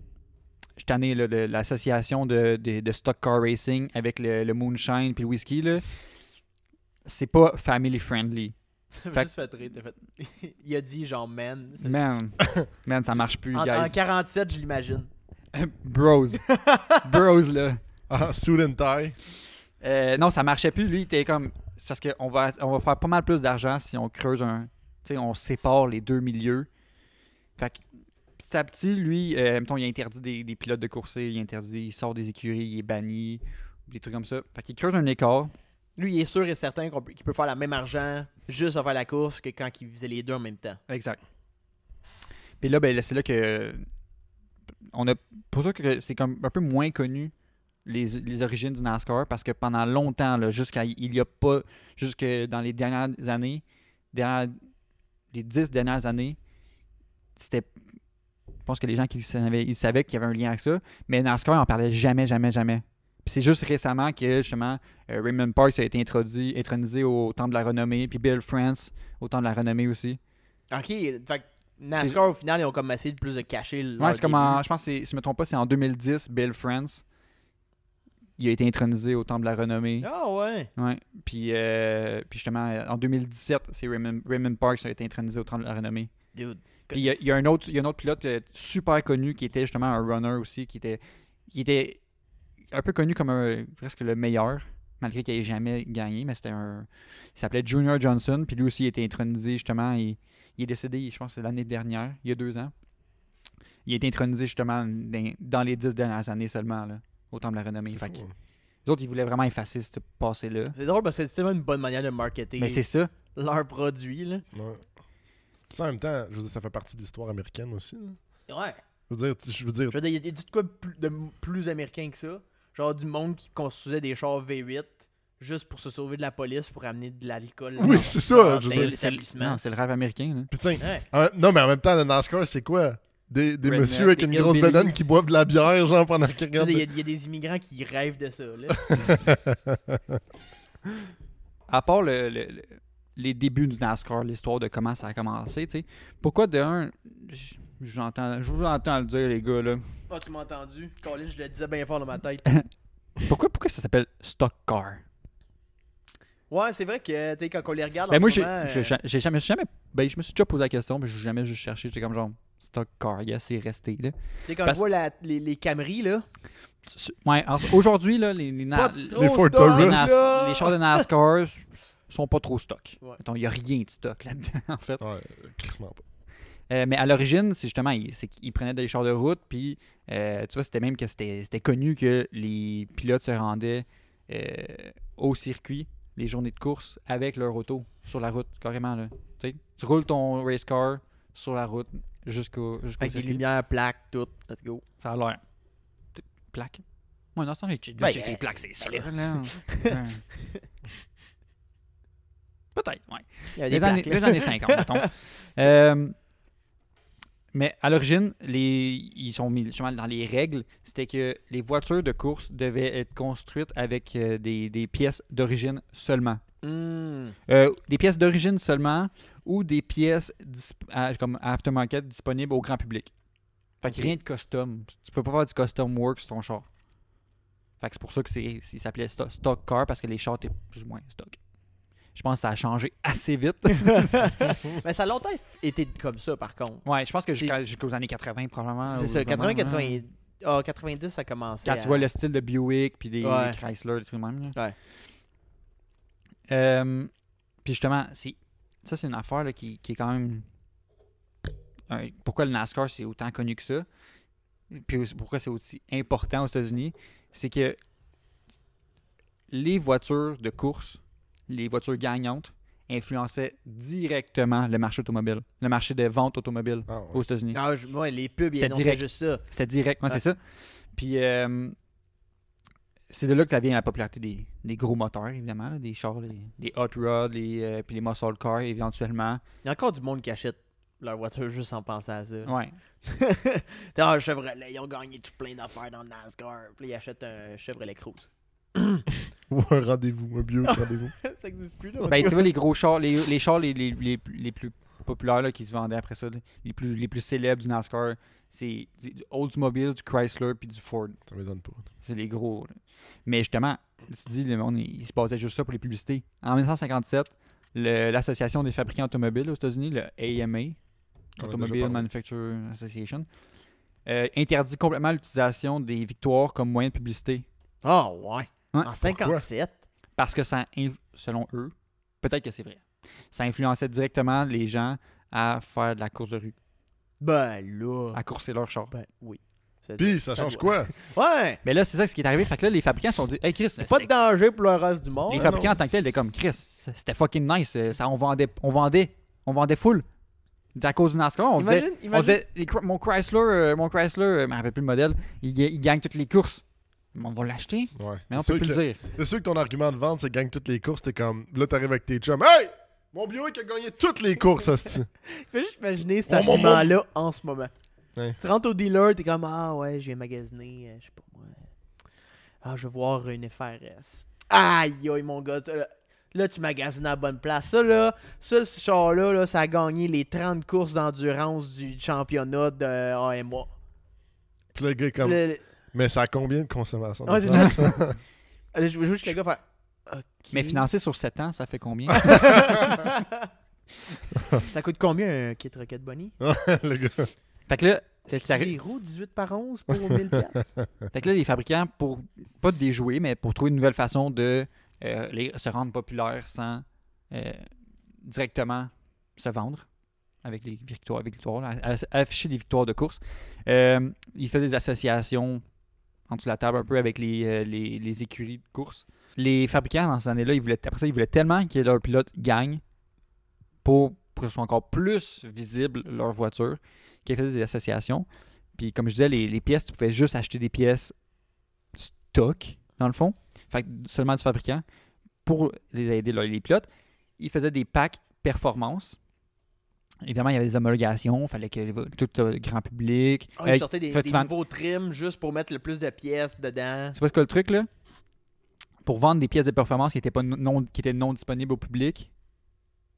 S3: suis tanné là, de l'association de, de- de Stock Car Racing avec le, le moonshine puis le whisky, là. C'est pas family friendly.
S2: T'as [laughs] juste fait rire, t'as fait- [laughs] il a dit, genre, man, c'est-
S3: Man, man ça marche plus,
S2: En, en
S3: guys.
S2: 47, je l'imagine.
S3: [laughs] Bros. Bros, là.
S1: Ah, suit and tie.
S3: Euh, non, ça marchait plus. Lui, il était comme. C'est parce qu'on va, on va faire pas mal plus d'argent si on creuse un. Tu sais, on sépare les deux milieux. Fait que petit à petit, lui, euh, mettons, il a interdit des, des pilotes de courser, il a interdit, il sort des écuries, il est banni, des trucs comme ça. Fait qu'il creuse un écart.
S2: Lui, il est sûr et certain qu'on peut- qu'il peut faire la même argent juste avant la course que quand il faisait les deux en même temps.
S3: Exact. Puis là, ben, là, c'est là que. On a, pour ça que c'est comme un peu moins connu les, les origines du NASCAR parce que pendant longtemps, là, jusqu'à il y a pas. Jusque dans les dernières années, dernières- les dix dernières années, c'était. Je pense que les gens qui le savaient, ils savaient qu'il y avait un lien avec ça, mais NASCAR n'en parlait jamais, jamais, jamais. Puis c'est juste récemment que justement euh, Raymond Parks a été introduit, intronisé au Temple de la Renommée, puis Bill France au Temple de la Renommée aussi.
S2: Ok, fait que NASCAR, au final, ils ont comme essayé de plus de cacher le.
S3: Ouais, c'est comme en- je pense, que c'est- si je me trompe pas, c'est en 2010, Bill France. Il a été intronisé au Temple de la Renommée.
S2: Ah ouais.
S3: Ouais. Puis, euh, puis justement, euh, en 2017, c'est Raymond, Raymond Parks qui a été intronisé au Temple de la Renommée.
S2: Dude.
S3: Puis il y a, il y a un, autre, il y a un autre pilote euh, super connu qui était justement un runner aussi, qui était, qui était un peu connu comme un- presque le meilleur, malgré qu'il n'ait jamais gagné, mais c'était un. Il s'appelait Junior Johnson, puis lui aussi il était intronisé justement. Il, il est décédé, je pense, l'année dernière, il y a deux ans. Il a été intronisé justement dans, dans les dix dernières années seulement, là, au Temple de la Renommée.
S1: C'est
S3: Fait
S1: fou,
S3: que
S1: hein.
S3: les autres, ils voulaient vraiment effacer ce passé-là.
S2: C'est drôle parce que c'est tellement une bonne manière de marketer
S3: Mais c'est ça.
S2: leur produit, là.
S1: Ouais. Tu sais, en même temps, je veux dire, ça fait partie de l'histoire américaine aussi. là.
S2: Ouais.
S1: Je veux dire, tu- je veux dire,
S2: Je veux dire, il y a- il y a du de quoi de plus- de plus américain que ça. Genre du monde qui construisait des chars V8 juste pour se sauver de la police pour amener de l'alcool.
S1: Oui,
S2: dans-
S1: c'est ça,
S2: dans
S1: je veux
S2: tel
S1: dire,
S2: établissement.
S3: Non, c'est le rêve américain. là.
S1: putain.
S2: Ouais.
S1: en- non, mais en même temps, le NASCAR, c'est quoi Des, des
S3: Redneck,
S1: messieurs avec
S3: des
S1: une grosse
S3: hillbillies.
S1: banane qui boivent de la bière, genre, pendant qu'ils
S2: Je veux
S1: regardent.
S2: dire, Il y, a-
S3: euh,
S2: il y a des immigrants qui rêvent de ça. Là.
S3: à part le- le- le- les débuts du NASCAR, l'histoire de comment ça a commencé, tu sais, pourquoi de un, j- j'entends, je vous entends le dire, les gars, là.
S2: Ah, tu m'as entendu? Colin, je le disais bien fort dans ma tête.
S3: Pourquoi, pourquoi ça s'appelle Stock Car?
S2: Ouais, c'est vrai que, tu sais, quand on les regarde, en
S3: Ben moi,
S2: ce
S3: j'ai,
S2: moment,
S3: j'ai-
S2: euh,
S3: j'ai jamais, j'ai jamais, ben, je me suis déjà posé la question, mais j'ai jamais juste cherché, j'étais comme genre, Stock Car, yes, c'est resté, là.
S2: tu sais, quand
S3: parce-
S2: je vois la- les, les Camry, là,
S3: C'est- Ouais, en- aujourd'hui, là, les, les, na-
S2: pas
S3: les
S2: trop
S1: Ford
S2: stock,
S1: Taurus.
S2: là.
S3: nas- les chars de NASCAR s- sont pas trop stock.
S2: Ouais.
S3: Mettons, il n'y a rien de stock là-dedans, en fait.
S1: Ouais, crissement pas.
S3: Euh, mais à l'origine, c'est justement, il- c'est qu'ils prenaient des chars de route, puis euh, tu vois, c'était même que c'était c'était connu que les pilotes se rendaient euh, au circuit, les journées de course, avec leur auto sur la route, carrément. Là. Tu sais, tu roules ton race car sur la route jusqu'au jusqu'au
S2: avec des
S3: circuit.
S2: lumières, plaques, tout. Let's go.
S3: Ça a l'air. T- Plaque. Ouais, non, ça, j'ai checké
S2: Ben,
S3: les
S2: euh,
S3: plaques, c'est sûr.
S2: ben [laughs]
S3: là. Ouais. Peut-être, ouais
S2: Il y a des
S3: les années,
S2: plaques, là.
S3: les
S2: [laughs]
S3: années 50, mettons. Euh, mais à l'origine, les, ils sont mis justement dans les règles, c'était que les voitures de course devaient être construites avec euh, des, des pièces d'origine seulement.
S2: Hmm.
S3: Euh, des pièces d'origine seulement ou des pièces dis- à- comme aftermarket disponibles au grand public. Fait que rien de custom. Tu peux pas faire du custom work sur ton char. Fait que c'est pour ça que c'est, il s'appelait sto- stock car parce que les chars étaient plus ou moins stock. Je pense que ça a changé assez vite.
S2: Mais ça a longtemps été comme ça, par contre.
S3: Ouais, je pense que jusqu'à-
S2: Puis-
S3: jusqu'aux années 80, probablement.
S2: c'est
S3: ou
S2: ça,
S3: vraiment,
S2: 80,
S3: hein.
S2: 90, ah, 90, ça commençait.
S3: Quand tu vois le style de Buick, puis des,
S2: Ouais.
S3: des Chrysler, des trucs de même. là.
S2: Ouais.
S3: Euh, puis justement, c'est- ça, c'est une affaire là, qui, qui est quand même un- pourquoi le NASCAR c'est autant connu que ça, puis aussi- pourquoi c'est aussi important aux États-Unis, c'est que les voitures de course, les voitures gagnantes, influençaient directement le marché automobile, le marché de vente automobile
S1: Ah, ouais.
S3: aux États-Unis.
S2: Ah, je- ouais, les pubs, ils
S3: C'est
S2: annonçaient
S3: direct.
S2: juste ça.
S3: C'est direct, moi,
S2: Ouais.
S3: c'est ça. Puis euh, c'est de là que ça vient la popularité des, des gros moteurs, évidemment, là, des chars, les, les hot rods, les, euh, puis les muscle cars, éventuellement.
S2: Il y a encore du monde qui achète leur voiture juste en pensant à ça. là.
S3: Ouais.
S2: T'sais, ah, Chevrolet, ils ont gagné tout plein d'affaires dans le NASCAR. Puis là, ils achètent un Chevrolet Cruze. [laughs]
S1: Ou un rendez-vous, un bio
S3: [laughs]
S1: rendez-vous.
S2: ça existe plus, là.
S3: Ben, tu vois, les gros chars, les, les chars les, les, les, les plus populaires là, qui se vendaient après ça, là, les plus, les plus célèbres du NASCAR, c'est du du Oldsmobile, du Chrysler, puis du Ford.
S1: Ça m'étonne pas.
S3: C'est les gros. là. Mais justement, tu dis, le monde, il, il se basait juste ça pour les publicités. En 1957, le- l'Association des fabricants automobiles aux États-Unis, le
S1: On
S3: AMA,
S1: a déjà
S3: Automobile
S1: parlé.
S3: Manufacturer Association, euh, interdit complètement l'utilisation des victoires comme moyen de publicité.
S2: Ah, ouais.
S3: Ouais.
S2: En 57.
S3: Parce que ça, inf- selon eux, peut-être que c'est vrai, ça influençait directement les gens à faire de la course de rue,
S2: Ben là.
S3: à courser leur char.
S2: Ben oui. Ça-
S1: Puis, ça change quoi?
S2: Ouais.
S3: Mais là, c'est ça ce qui est arrivé. Fait que là, les fabricants se sont dit, Hey Chris,
S2: Pas
S3: c'était
S2: de danger pour le reste du monde.
S3: Ben, Les
S1: Ah,
S3: fabricants
S1: non.
S3: en tant que tels étaient comme Chris, c'était fucking nice. euh, Ça, on vendait, on vendait, on vendait full. À cause du NASCAR, on disait,
S2: Imagine,
S3: on
S2: imagine.
S3: disait, Les Chr- mon Chrysler, euh, mon Chrysler, euh, je me rappelle plus le modèle, il, ga- il gagne toutes les courses. Mais on va l'acheter,
S1: Ouais.
S3: mais on
S1: C'est
S3: peut
S1: sûr
S3: plus
S1: que-
S3: le dire.
S1: C'est sûr que ton argument de vente, c'est gagne toutes les courses. T'es comme, là, t'arrives avec tes chums. Hey! Mon bio qui a gagné toutes les courses, hostie.
S2: Fais juste imaginer cet
S1: Mon, mon, mon.
S2: argument-là en ce moment.
S1: Ouais.
S2: Tu rentres au dealer, t'es comme Ah ouais, j'ai magasiné, euh, je sais pas moi. Ah, je vais voir une FRS. Aïe aïe mon gars, t'as- là tu magasines à la bonne place. Ça là, ça ce char-là, là, ça a gagné les 30 courses d'endurance du championnat de AMA.
S1: Puis le gars est comme,
S2: Le- le-
S1: mais ça a combien de consommation? [laughs]
S3: Ah,
S2: Ouais,
S1: de
S2: c'est
S1: vente?
S3: [laughs]
S2: Allez, je je veux juste que le gars faire. Ok.
S3: Mais financé sur 7 ans, ça fait combien
S2: ça coûte combien un kit Rocket Bunny
S1: le gars.
S3: [laughs] Fait que là, ce qui est
S2: C'est
S3: arrivé-
S2: des roues 18 par 11 pour 1000
S3: [laughs]
S2: pièces.
S3: fait que là, les fabricants, pour pas de déjouer, mais pour trouver une nouvelle façon de euh, les- se rendre populaire sans euh, directement se vendre avec les victoires, avec les victoires, là, à- à- afficher les victoires de course. Euh, il fait des associations en dessous de la table un peu avec les, euh, les, les écuries de course. Les fabricants dans ces années-là, ils voulaient, après ça, ils voulaient tellement que leurs pilotes gagnent pour, pour que ce soit encore plus visible leur voiture qu'ils faisaient des associations. Puis comme je disais, les, les pièces, tu pouvais juste acheter des pièces stock, dans le fond, fait que seulement du fabricant, pour les aider là, les pilotes. Ils faisaient des packs performance. Évidemment, il y avait des homologations, il fallait que les- tout le grand public.
S2: Ah,
S3: euh,
S2: ils sortaient des,
S3: faut que
S2: des
S3: tu vends-
S2: nouveaux trims juste pour mettre le plus de pièces dedans.
S3: Tu vois ce que le truc là? Pour vendre des pièces de performance qui étaient, pas non, qui étaient non disponibles au public,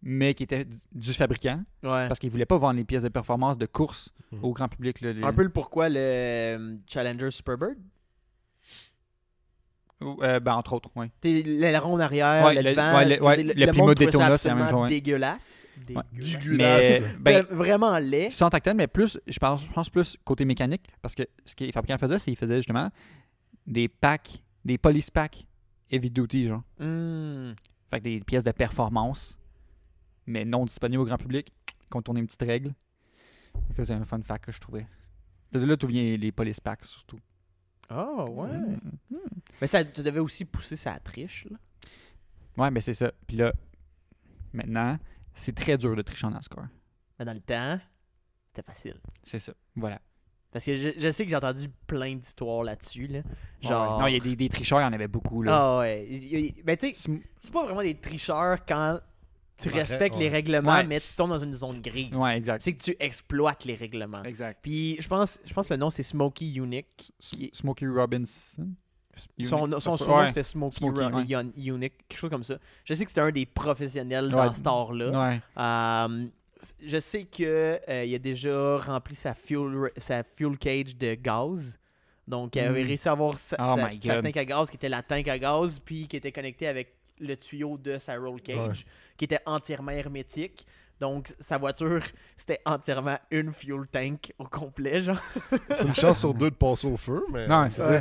S3: mais qui étaient du fabricant,
S2: Ouais.
S3: parce qu'ils voulaient pas vendre les pièces de performance de course
S1: Mhm.
S3: au grand public. là, les-
S2: Un peu le pourquoi le euh, Challenger Superbird.
S3: Euh, ben, entre autres, oui.
S2: T'es l'aileron en arrière,
S3: Ouais,
S2: le,
S3: le-
S2: devant.
S3: ouais, le-
S2: je veux
S3: ouais,
S2: dire,
S3: le
S2: monde
S3: Plymouth
S2: trouvait ça
S3: Daytona, c'est la même
S2: absolument
S3: chose, ouais.
S2: Dégueulasse. Dégueulasse.
S1: Dégueulasse.
S3: Mais, ben,
S2: T'es Vraiment laid.
S3: sans tactile, mais plus, je pense, je pense plus côté mécanique, parce que ce que les fabricants faisaient, c'est qu'ils faisaient justement des packs, des police packs heavy duty, genre.
S2: Hmm.
S3: Fait que des pièces de performance, mais non disponibles au grand public, contourner une petite règle. Fait que C'est un fun fact que je trouvais. De là, tout vient les police packs, surtout.
S2: Oh, ouais.
S3: Mm.
S2: Mais ça te devait aussi pousser sa triche. Là.
S3: Ouais, mais c'est ça. Puis là, maintenant, c'est très dur de tricher en NASCAR.
S2: Mais dans le temps, c'était facile.
S3: C'est ça. Voilà.
S2: Parce que je, je sais que j'ai entendu plein d'histoires là-dessus. Là.
S3: Ouais,
S2: Genre.
S3: ouais. Non, il y a des, des tricheurs, il y en avait beaucoup, là.
S2: Ah ouais. Il- il- Ben, tu sais,
S3: Sm-
S2: c'est pas vraiment des tricheurs quand tu
S1: Ouais,
S2: respectes
S1: ouais.
S2: les règlements,
S3: Ouais.
S2: mais tu tombes dans une zone grise.
S3: Ouais, exact.
S2: C'est que tu exploites les règlements.
S3: Exact.
S2: Puis je pense, je pense que le nom c'est Smokey Unique. qui-
S3: Smokey Robinson.
S2: Son, son
S3: Ouais.
S2: surnom c'était Smokey,
S3: Smokey,
S2: Ro-
S3: ouais.
S2: Yun- Unique, quelque chose comme ça. Je sais que c'était un des professionnels dans
S3: Ouais.
S2: ce art-là.
S3: Ouais.
S2: Euh, je sais qu'il a déjà rempli sa fuel, ra- sa fuel cage de gaz. Donc, il avait
S3: Mm.
S2: réussi à avoir sa, sa-
S3: Oh my
S2: sa
S3: God.
S2: tank à gaz, qui était la tank à gaz, puis qui était connectée avec le tuyau de sa roll cage, qui était entièrement hermétique. Donc, sa voiture, c'était entièrement une fuel tank au complet, genre.
S1: C'est une chance sur deux de passer au feu, mais.
S3: Non, c'est
S2: Ouais.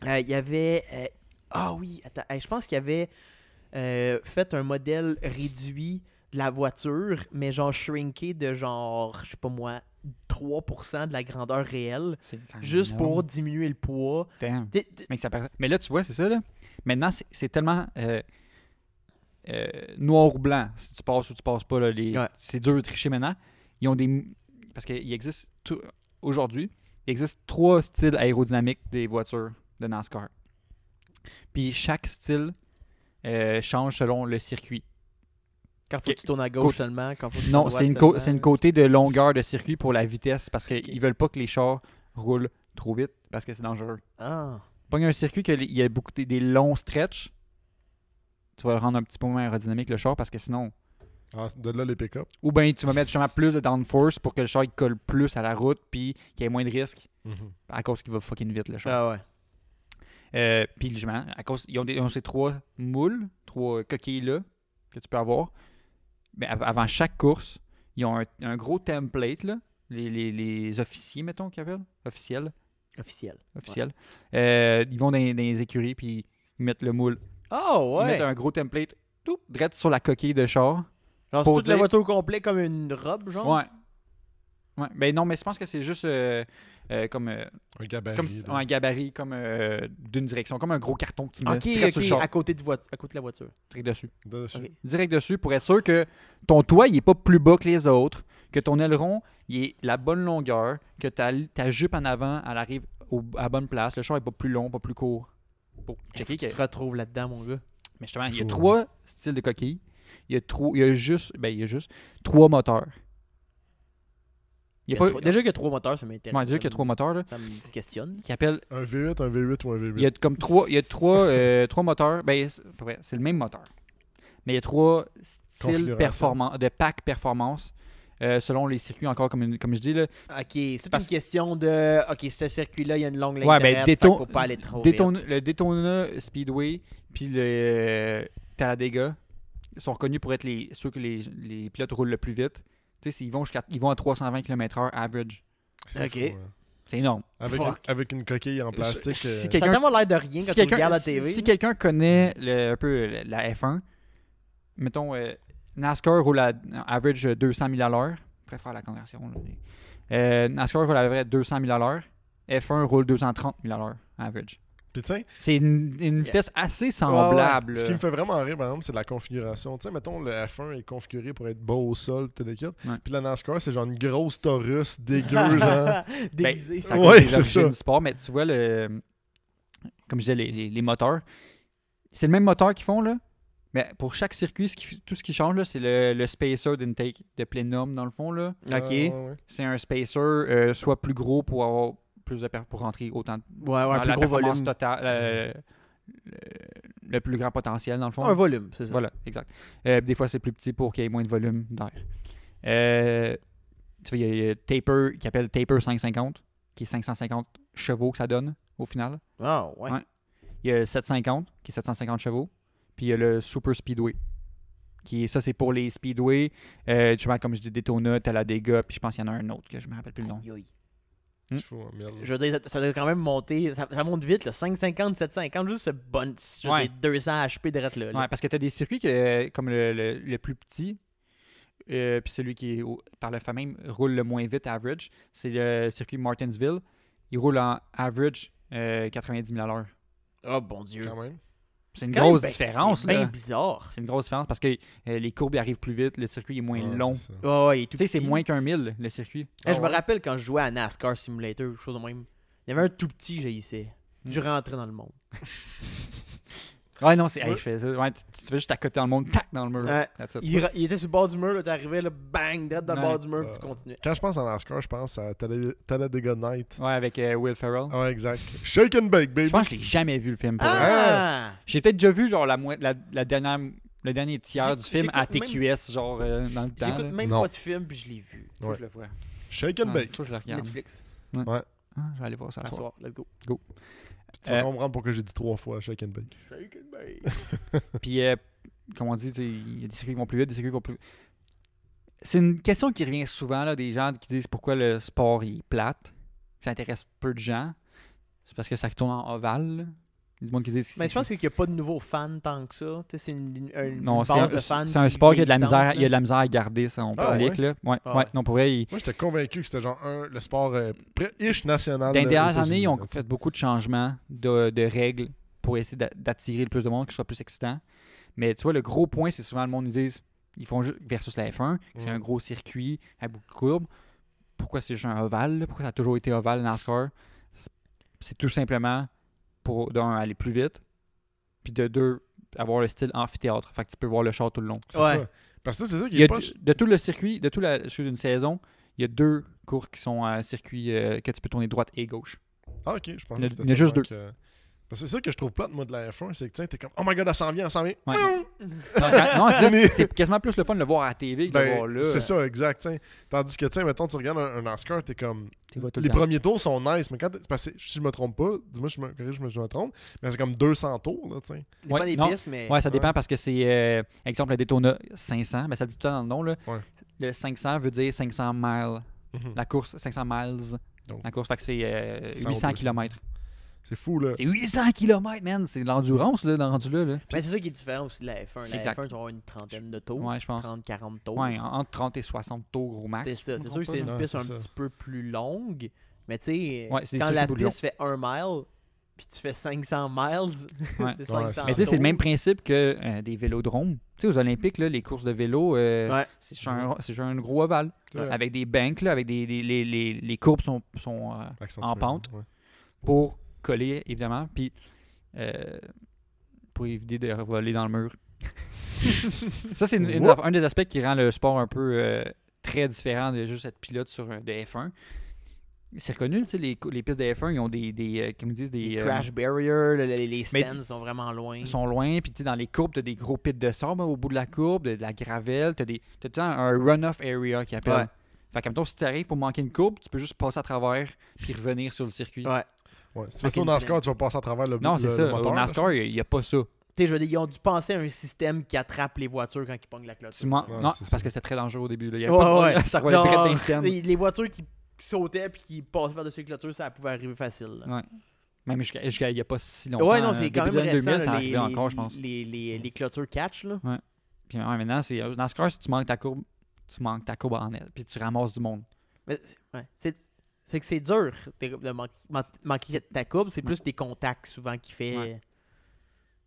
S3: ça.
S2: Euh, Il y avait. euh, Ah oui, attends, euh, je pense qu'il avait euh, fait un modèle réduit de la voiture, mais genre shrinké de genre, je sais pas moi, 3% de la grandeur réelle,
S3: C'est quand même
S2: juste
S3: énorme.
S2: pour diminuer le poids.
S3: Damn.
S2: T'es- t'es-
S3: Mais, que ça paraît- mais là, tu vois, c'est ça, là. Maintenant, c'est- c'est tellement euh, euh, noir ou blanc, si tu passes ou tu passes pas. là, les-
S2: Ouais.
S3: C'est dur de tricher maintenant. Ils ont des. m- Parce qu'il existe, tout- aujourd'hui, il existe trois styles aérodynamiques des voitures de NASCAR. Puis chaque style euh, change selon le circuit.
S2: Quand faut que
S3: Ok.
S2: tu tournes à gauche
S3: Côte-
S2: seulement, quand faut que tu tournes
S3: Non,
S2: à
S3: c'est une,
S2: droite
S3: co- c'est
S2: seulement.
S3: une côté de longueur de circuit pour la vitesse parce qu'ils veulent pas que les chars roulent trop vite parce que c'est dangereux.
S2: Ah,
S3: Pogne un circuit qu'il y a beaucoup des, des longs stretches, tu vas le rendre un petit peu moins aérodynamique le char parce que sinon.
S1: Ah, de là les pick-up.
S3: Ou bien tu vas mettre justement plus de downforce pour que le char il colle plus à la route puis qu'il y ait moins de risques
S1: Mm-hmm.
S3: à cause qu'il va fucking vite le char.
S2: ah ouais.
S3: Euh, puis justement, à cause, ils ont, des- ils ont ces trois moules, trois coquilles-là que tu peux avoir. Mais av- avant chaque course, ils ont un, un gros template, là, les, les- les officiers, mettons, qu'ils appellent, officiels,
S2: Officiel.
S3: officiels. Euh, ils vont dans, les- dans les écuries, puis ils mettent le moule.
S2: Ah
S3: Ils
S2: ouais.
S3: mettent un gros template, tout, direct sur la coquille de char.
S2: Genre, c'est
S3: pour
S2: toute la
S3: dire-
S2: voiture au complet comme une robe, genre.
S3: Ouais. Ouais. Ben non, mais je pense que c'est juste euh, euh, comme, euh,
S1: Un gabarit.
S3: comme si-
S1: là.
S3: un gabarit, comme euh, d'une direction, comme un gros carton que tu mets
S2: Ok,
S3: direct sur le
S2: ok,
S3: char,
S2: à côté, de voi- à côté de la voiture.
S3: direct dessus.
S1: De-
S2: Ok.
S3: direct dessus pour être sûr que ton toit il est pas plus bas que les autres, que ton aileron il est la bonne longueur, que ta, ta jupe en avant elle arrive au- à la bonne place, le char est pas plus long, pas plus court. Pour checker
S2: Faut que
S3: que-
S2: tu te retrouves là-dedans, mon gars.
S3: Mais justement,
S1: C'est
S3: il y a
S2: hein.
S1: fou,
S3: trois styles de coquilles. Il y a trois, il y a juste ben il y a juste trois moteurs.
S2: Il
S3: Il y a,
S2: y a
S3: pas
S2: trois- Déjà qu'il y a trois moteurs, ça m'intéresse.
S3: Ouais, déjà qu'il y a trois moteurs là,
S2: Ça me questionne.
S3: qui appellent
S1: Un V8, un V8 ou un V8.
S3: Il y a comme trois, il y a trois, euh, trois moteurs. Ben, c'est à peu près- c'est le même moteur. Mais il y a trois styles
S1: Configuration.
S3: performan- de pack performance euh, selon les circuits, encore comme, une- comme je dis. Là,
S2: Ok, c'est
S3: Parce-
S2: une question de. Ok, ce circuit-là, il y a une longue ligne.
S3: Ouais,
S2: de
S3: ben,
S2: droite,
S3: détour-
S2: fait qu'il faut pas aller trop.
S3: Daytona- le Daytona Speedway puis le euh, Talladega sont reconnus pour être les, ceux que les, les pilotes roulent le plus vite. Tu sais, c'est- ils vont, jusqu'à- ils vont à 320 km/h average.
S1: C'est
S2: Ok.
S1: fou, hein.
S3: C'est énorme.
S1: avec, une,
S2: Fuck.
S1: avec une coquille en plastique.
S3: Si
S1: euh,
S2: vite. Ça a
S3: quelqu'un-
S2: tellement l'air de rien quand
S3: si
S2: tu regardes
S3: quelqu'un
S2: la
S3: si-
S2: TV. [laughs]
S3: si quelqu'un connaît le- un peu le- la F1, mettons, euh, NASCAR roule à à average 200 000 à l'heure. Je préfère la conversion. là, mais- Euh, NASCAR roule à vrai 200 000 à l'heure. F1 roule 230 000 à l'heure, average.
S1: Puis tiens,
S3: C'est une, une vitesse assez semblable. euh,
S1: ce qui me fait vraiment rire, par exemple, c'est la configuration. Tu sais, mettons, le F1 est configuré pour être beau au sol, tout le kit.
S3: Ouais.
S1: Puis la NASCAR, c'est genre une grosse
S3: [laughs]
S1: Taurus dégueu, genre.
S3: Ben,
S2: Déguisé.
S3: ça
S1: Ouais,
S3: cause des
S1: c'est
S3: origines
S1: ça.
S3: du sport, mais tu vois, le, comme je disais, les, les- les moteurs, c'est le même moteur qu'ils font, là. Mais pour chaque circuit, ce qui- tout ce qui change, là, c'est le, le spacer d'intake de plenum, dans le fond, là.
S1: Ah, ouais,
S2: Ok.
S1: ouais.
S3: c'est un spacer euh, soit plus gros pour avoir plus de per- pour rentrer autant de
S2: Ouais, ouais,
S3: dans
S2: un plus
S3: la
S2: gros
S3: performance
S2: volume.
S3: totale euh, le, le plus grand potentiel dans le fond.
S2: Un volume, c'est ça.
S3: voilà, exact. Euh, des fois c'est plus petit pour qu'il y ait moins de volume d'air. Euh, tu vois, il y a- il y, a Taper qui appelle Taper 550, qui est 550 chevaux que ça donne au final.
S2: Ah, ouais.
S3: Ouais. Il y a 750 qui est 750 chevaux. Puis il y a le Super Speedway. Qui est, ça, c'est pour les Speedway. Euh, tu vois, comme je dis, Daytona, Talladega. Puis je pense qu'il y en a un autre que je me rappelle plus le nom.
S2: Aïe, aïe.
S3: Hmm.
S1: C'est fou, hein, merde.
S2: Je veux dire, ça- ça doit quand même monter. Ça, ça monte vite, là. 5,50, 7,50. Juste ce bon. Je veux
S3: Ouais.
S2: dire, 200 HP direct là. là.
S3: Ouais, parce que tu as des circuits que, comme le, le- le plus petit, euh, puis celui qui, est au- par le fait même, roule le moins vite average, c'est le circuit Martinsville. Il roule en average euh, 90 000 à l'heure.
S2: Oh, bon Dieu.
S1: Quand même.
S3: C'est une
S2: Quand même,
S3: grosse
S2: ben,
S3: différence.
S2: C'est bien
S3: là.
S2: bizarre.
S3: C'est une grosse différence parce que euh, les courbes ils arrivent plus vite, le circuit est moins
S1: Ouais,
S3: long.
S1: c'est ça.
S2: Ouais, ouais, il est Ah, tout
S3: Tu sais, c'est
S2: petit.
S3: moins qu'un 1000 le circuit.
S2: Eh,
S1: Ah
S2: je
S1: ouais?
S2: me rappelle quand je jouais à NASCAR Simulator ou chose de même. Il y avait un tout petit jaillissait. Je
S3: Mm.
S2: rentrais dans le monde.
S3: Ouais, non, c'est.
S1: Ouais.
S3: hey, je fais ça. Ouais, tu, tu te fais juste à côté dans le monde, tac, dans le mur.
S2: Ouais.
S3: That's it.
S2: Il, ra- il était sur le bord du mur, là, t'arrivais, là, bang, direct dans le
S3: Ouais.
S2: bord du mur, puis
S1: Euh,
S2: tu continuais.
S1: Quand je pense à NASCAR, je pense à Tala- Talladega Night.
S3: Ouais, avec euh, Will Ferrell.
S1: Ah, ouais, exact. Shake and bake,
S3: Je
S1: baby.
S3: pense que je l'ai jamais vu le film. pour vrai.
S2: Ah!
S3: J'ai peut-être déjà vu genre la, moi- la, la dernière, le dernier tiers
S2: J'ai-
S3: du film à
S2: j'écoute même-
S3: TQS, genre euh, dans le temps.
S2: J'écoute
S3: là.
S2: même
S1: Non.
S2: pas de film, puis je l'ai vu.
S3: Faut que
S1: Ouais.
S3: je le vois.
S1: Shake and
S3: Ah,
S1: bake.
S3: faut que je le regarde.
S2: Netflix.
S3: Ah, je vais aller voir ça
S2: Ce
S3: ce
S2: soir,
S3: soir.
S2: let's go.
S1: Tu vas
S3: Euh,
S1: comprendre pourquoi j'ai dit trois fois shake and bake. [laughs]
S2: Shake and bake.
S3: Puis, euh, comme on dit, tu sais, il y a des circuits qui vont plus vite, des circuits qui vont plus C'est une question qui revient souvent, là, des gens qui disent pourquoi le sport il est plate. Ça intéresse peu de gens. C'est parce que ça tourne en ovale. là. Il y a du monde qui dit c'est-
S2: Mais je pense que c'est qu'il n'y a pas de nouveaux fans tant que ça. Tu sais, C'est une, une- une
S3: non, c'est
S2: base de
S3: un,
S2: fans.
S3: c'est un
S2: qui
S3: sport qui a de la
S2: vieillissante,
S3: misère, il y
S2: là.
S3: a de la misère à garder son
S1: Ah
S3: public là. Ouais,
S2: Ah
S3: ouais.
S2: ouais.
S3: non pour vrai, il-
S1: Moi, j'étais convaincu que c'était genre un, le sport euh, pré- ish national.
S3: dans les
S1: euh,
S3: dernières années,
S1: États-Unis,
S3: ils ont
S1: là,
S3: fait beaucoup de changements de, de règles pour essayer d'a- d'attirer le plus de monde, que ce soit plus excitant. Mais tu vois, le gros point, c'est souvent le monde nous disent ils font juste versus la F1, c'est
S1: Mm.
S3: un gros circuit à beaucoup de courbes. Pourquoi c'est juste un ovale là? Pourquoi ça a toujours été ovale le NASCAR C'est- C'est tout simplement pour, d'un, aller plus vite, puis de deux, avoir le style amphithéâtre. Fait que tu peux voir le char tout le long.
S1: C'est
S2: Ouais.
S1: ça. Parce que c'est ça
S3: Il
S1: qui
S3: y
S1: est
S3: a
S1: pas.
S3: d- de tout le circuit, de toute la sur une saison, il y a deux cours qui sont à circuit euh, que tu peux tourner droite et gauche.
S1: Ah, ok, je pense
S3: Il
S1: que
S3: y a-
S1: c'était
S3: il y a
S1: ça,
S3: juste
S1: donc, euh, Parce que c'est ça que je trouve plate, moi, de la F1, c'est que tu sais, t'es comme, oh my god, elle s'en vient, elle s'en vient.
S3: Ouais. non, quand- non, c'est
S1: Mais-
S3: ça, c'est quasiment plus le fun de le voir à la TV que de le voir
S1: Ben,
S3: là.
S1: c'est ça, exact. t'sais. Tandis que, tu sais, mettons, tu regardes un, un NASCAR, t'es comme.
S3: Tu vois tout le
S1: les
S3: temps.
S1: premiers tours sont nice, mais quand. t'es- Parce que, si je me trompe pas, dis-moi, je me, corrige, je me, je me trompe, mais c'est comme 200 tours, là, tu sais.
S2: Ça dépend
S3: Ouais,
S2: des
S3: non.
S2: pistes, mais.
S3: Ouais, ça dépend parce que c'est, euh, exemple, le Daytona 500, mais ça dit tout le temps dans le nom. Là,
S1: Ouais.
S3: Le 500 veut dire 500 miles.
S1: Mhm.
S3: La course, 500 miles.
S1: Donc.
S3: la course, fait que c'est euh,
S1: 100
S3: 800
S1: ou
S3: km.
S1: C'est fou, là.
S3: C'est 800 km, man! C'est de l'endurance, là, dans rendu là. là.
S2: Mais c'est ça qui est différent aussi de la F1. La
S3: Exact.
S2: F1, tu vas avoir une trentaine de tours.
S3: Ouais, je pense.
S2: 30-40 tours.
S3: Ouais, en- entre 30 et 60 tours, gros max.
S2: C'est ça.
S3: Ah, je me
S2: C'est sûr
S3: trompe
S2: que c'est
S3: pas, là.
S2: une
S1: là.
S2: piste
S1: Ouais,
S2: un
S1: c'est ça.
S2: petit peu plus longue. Mais tu sais,
S3: Ouais, c'est des
S2: quand la
S3: circuits plus longs.
S2: piste fait 1 mile, puis tu fais 500 miles, [laughs] c'est
S3: Ouais.
S1: Ouais,
S2: 500
S1: c'est
S3: Mais tu sais, c'est le
S2: tours.
S3: même principe que euh, des vélodromes. Tu sais, aux Olympiques, là, les courses de vélo, euh,
S2: Ouais.
S3: c'est juste un, c'est juste un gros ovale.
S1: Ouais.
S3: Avec des banks, là, avec des, des- les, les, les courbes sont, sont euh,
S1: Accentué,
S3: en pente.
S1: ouais.
S3: pour coller, évidemment, puis euh, pour éviter de revoler dans le mur. [laughs] Ça, c'est une- une-
S1: Whoop.
S3: un des aspects qui rend le sport un peu euh, très différent de juste être pilote sur un- de F1. C'est reconnu, tu sais, les, cou- les pistes de F1, ils ont des, des euh, comme ils disent, des...
S2: Les
S3: euh,
S2: crash barriers, le- le- les,
S3: mais-
S2: stands sont vraiment loin.
S3: ils sont loin, puis tu sais, dans les courbes, t'as des gros pits de sable hein, au bout de la courbe, de, de la gravelle, t'as des- t'as tout le temps un run-off area qui appelle.
S2: Ouais.
S3: Fait que, mettons, si t'arrives pour manquer une courbe, tu peux juste passer à travers puis revenir sur le circuit.
S2: Ouais.
S1: Ouais. Si tu fais
S2: Avec
S1: ça au
S2: une
S1: NASCAR, tu vas passer à travers le
S3: Non, c'est
S1: le-
S3: ça.
S1: le moteur,
S3: au
S1: là.
S3: NASCAR, il n'y a pas ça.
S2: Tu sais, je veux dire, ils ont dû penser à un système qui attrape les voitures quand ils pognent la clôture.
S3: Tu m'en-
S1: Ouais,
S3: non,
S1: c'est ça.
S3: parce que c'était très dangereux au début. Là. Il y avait
S2: Ouais,
S3: pas de-
S2: ouais.
S3: [laughs] ça roulait très
S2: Genre,
S3: d'instant.
S2: les, les voitures qui sautaient puis qui passaient par-dessus les clôtures, ça pouvait arriver facile. là.
S3: Même jusqu'à jusqu'à il n'y a pas si longtemps.
S2: Ouais, non,
S3: hein.
S2: c'est
S3: Début
S2: quand même
S3: des années
S2: récent,
S3: 2000,
S2: là,
S3: ça
S2: les,
S3: arrivait encore, je pense.
S2: les, les, les clôtures catch, là.
S3: Puis ouais, maintenant, c'est euh, dans ce cas, si tu manques ta courbe, tu manques ta courbe en elle, puis tu ramasses du monde.
S2: Mais c'est- ouais, c'est c'est que c'est dur de, de man- man- manquer ta courbe. C'est
S3: Ouais.
S2: plus des contacts souvent qui fait,
S3: Ouais.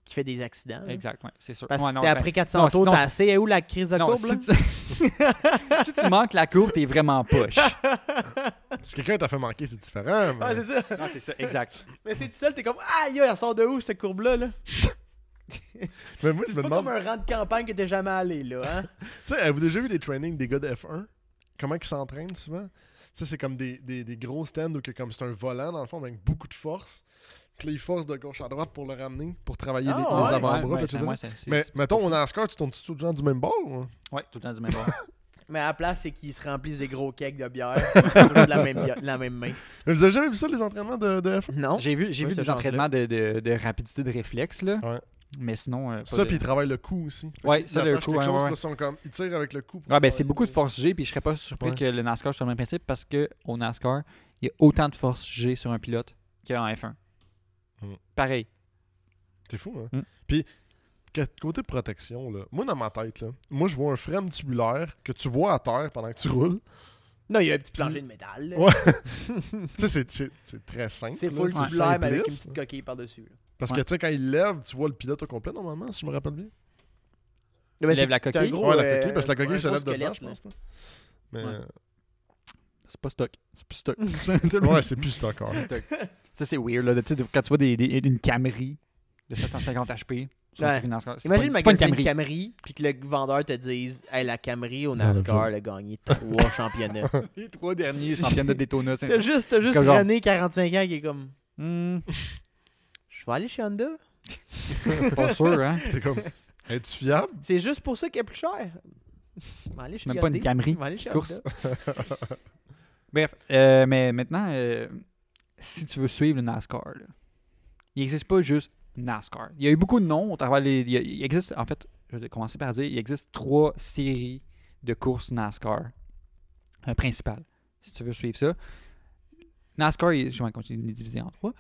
S2: qui fait des accidents. là.
S3: Exact, ouais, c'est sûr.
S2: Ah Parce
S3: Ouais,
S2: que
S3: non,
S2: t'es
S3: ben,
S2: après
S3: non,
S2: 400 tours,
S3: sinon-
S2: t'as assez. Et où la crise de
S3: non,
S2: courbe, là?
S3: si, tu... [laughs] si tu manques la courbe, t'es vraiment poche.
S1: [laughs] Si quelqu'un t'a fait manquer, c'est différent. mais-
S2: [laughs] Ouais, c'est ça.
S3: [laughs] non, c'est ça, exact.
S2: Mais t'es tout seul, t'es comme Aïe, elle sort de où cette courbe-là? Là?
S1: mais moi, je
S2: C'est
S1: me
S2: pas
S1: demande.
S2: comme un rang de campagne que t'es jamais allé, là. Hein?
S1: Tu sais, avez-vous déjà vu les trainings des gars de F1 Comment ils s'entraînent souvent Tu sais, c'est comme des, des, des gros stands où que comme c'est un volant, dans le fond, avec beaucoup de force. Puis là, ils forcent de gauche à droite pour le ramener, pour travailler
S2: Ah,
S1: les, les
S2: ouais,
S1: avant-bras.
S3: ouais,
S1: etc.
S3: ouais, c'est- c'est-
S1: mais
S3: c'est-
S1: mettons, au NASCAR, tu tournes tout le temps du même bord ou-
S3: Ouais, tout le temps du même bord.
S2: Mais à la place, c'est qu'ils se remplissent des gros cakes de [laughs] bière.
S1: [laughs]
S2: toujours de la même, bière- la même main.
S1: Mais vous avez jamais vu ça, les entraînements de, de F1
S2: Non?
S3: J'ai vu, j'ai
S2: Ouais,
S3: vu
S2: ce
S3: des
S2: genre-là.
S3: entraînements de, de, de rapidité de réflexe, là.
S1: Ouais.
S3: Mais sinon. euh, pas
S1: Ça,
S3: de-
S1: puis ils travaillent le coup aussi. Fait
S3: Ouais,
S1: qu'ils
S3: ça, le
S1: attachent
S3: coup,
S1: quelque
S3: ouais,
S1: chose,
S3: ouais,
S1: puis
S3: ouais.
S1: ils sont comme- Ils tirent avec le coup. pour
S3: Ouais, ben, c'est
S1: travailler.
S3: beaucoup de force G, puis je serais pas surpris
S1: Ouais.
S3: que le NASCAR soit le même principe parce que au NASCAR, il y a autant de force G sur un pilote qu'en F1.
S1: Mm.
S3: Pareil.
S1: T'es fou, hein?
S3: Mm.
S1: Puis, que- côté protection, là, moi, dans ma tête, là, moi, je vois un frame tubulaire que tu vois à terre pendant que tu roules.
S2: Non, il y a un petit plancher de métal. là.
S1: Ouais.
S2: [laughs]
S1: tu sais, c'est- c'est- c'est très simple.
S2: C'est
S1: là,
S2: full
S1: c'est
S2: tubulaire, mais avec une
S1: simpliste.
S2: petite coquille par-dessus. là.
S1: Parce que,
S3: Ouais.
S1: tu sais, quand il lève, tu vois le pilote au complet, normalement, si je me rappelle bien.
S2: Mais
S3: Lève
S2: c'est-
S3: la
S2: c'est un
S3: coquille.
S2: gros,
S1: Ouais, la
S2: euh,
S1: coquille, parce que la
S2: un
S1: coquille se
S2: gros
S1: lève devant,
S2: squelette,
S1: je
S2: là.
S1: pense. là. Mais,
S3: Ouais.
S1: euh,
S3: C'est pas stock. C'est plus stock.
S1: ouais, c'est plus stock. hein.
S3: [laughs]
S2: [laughs]
S3: Ça, c'est weird, là. de- tu sais, quand tu vois des, des- une Camry de 750 HP. sur un
S2: Ouais.
S3: circuit NASCAR, c'est
S2: Imagine
S3: pas, c'est pas une
S2: magasiner
S3: Camry.
S2: une Camry, puis que le vendeur te dise Hey, la Camry au NASCAR, elle a gagné
S1: [laughs]
S2: trois championnats.
S3: Les trois derniers championnats de Daytona.
S2: [laughs]
S3: c'est-
S2: T'as juste, t'as juste
S3: Comme genre-
S2: René, 45 ans, qui est comme
S3: Hmm,
S2: Je vais aller chez Honda.
S3: pas sûr, hein.
S1: T'es comme, es-tu fiable?
S2: C'est juste pour ça qu'elle est plus chère. [laughs] Je vais aller chez
S3: même pas une
S2: Hyundai.
S3: Camry
S2: Je vais aller
S3: qui
S2: chez
S3: course.
S2: Honda.
S3: Bref, euh, mais maintenant, euh, si tu veux suivre le NASCAR, là, il n'existe pas juste NASCAR. Il y a eu beaucoup de noms au travers les- Il, y a- il existe, en fait, je vais commencer par dire, il existe trois séries de courses NASCAR euh, principales, si tu veux suivre ça. NASCAR, il- je vais continuer de les diviser en trois.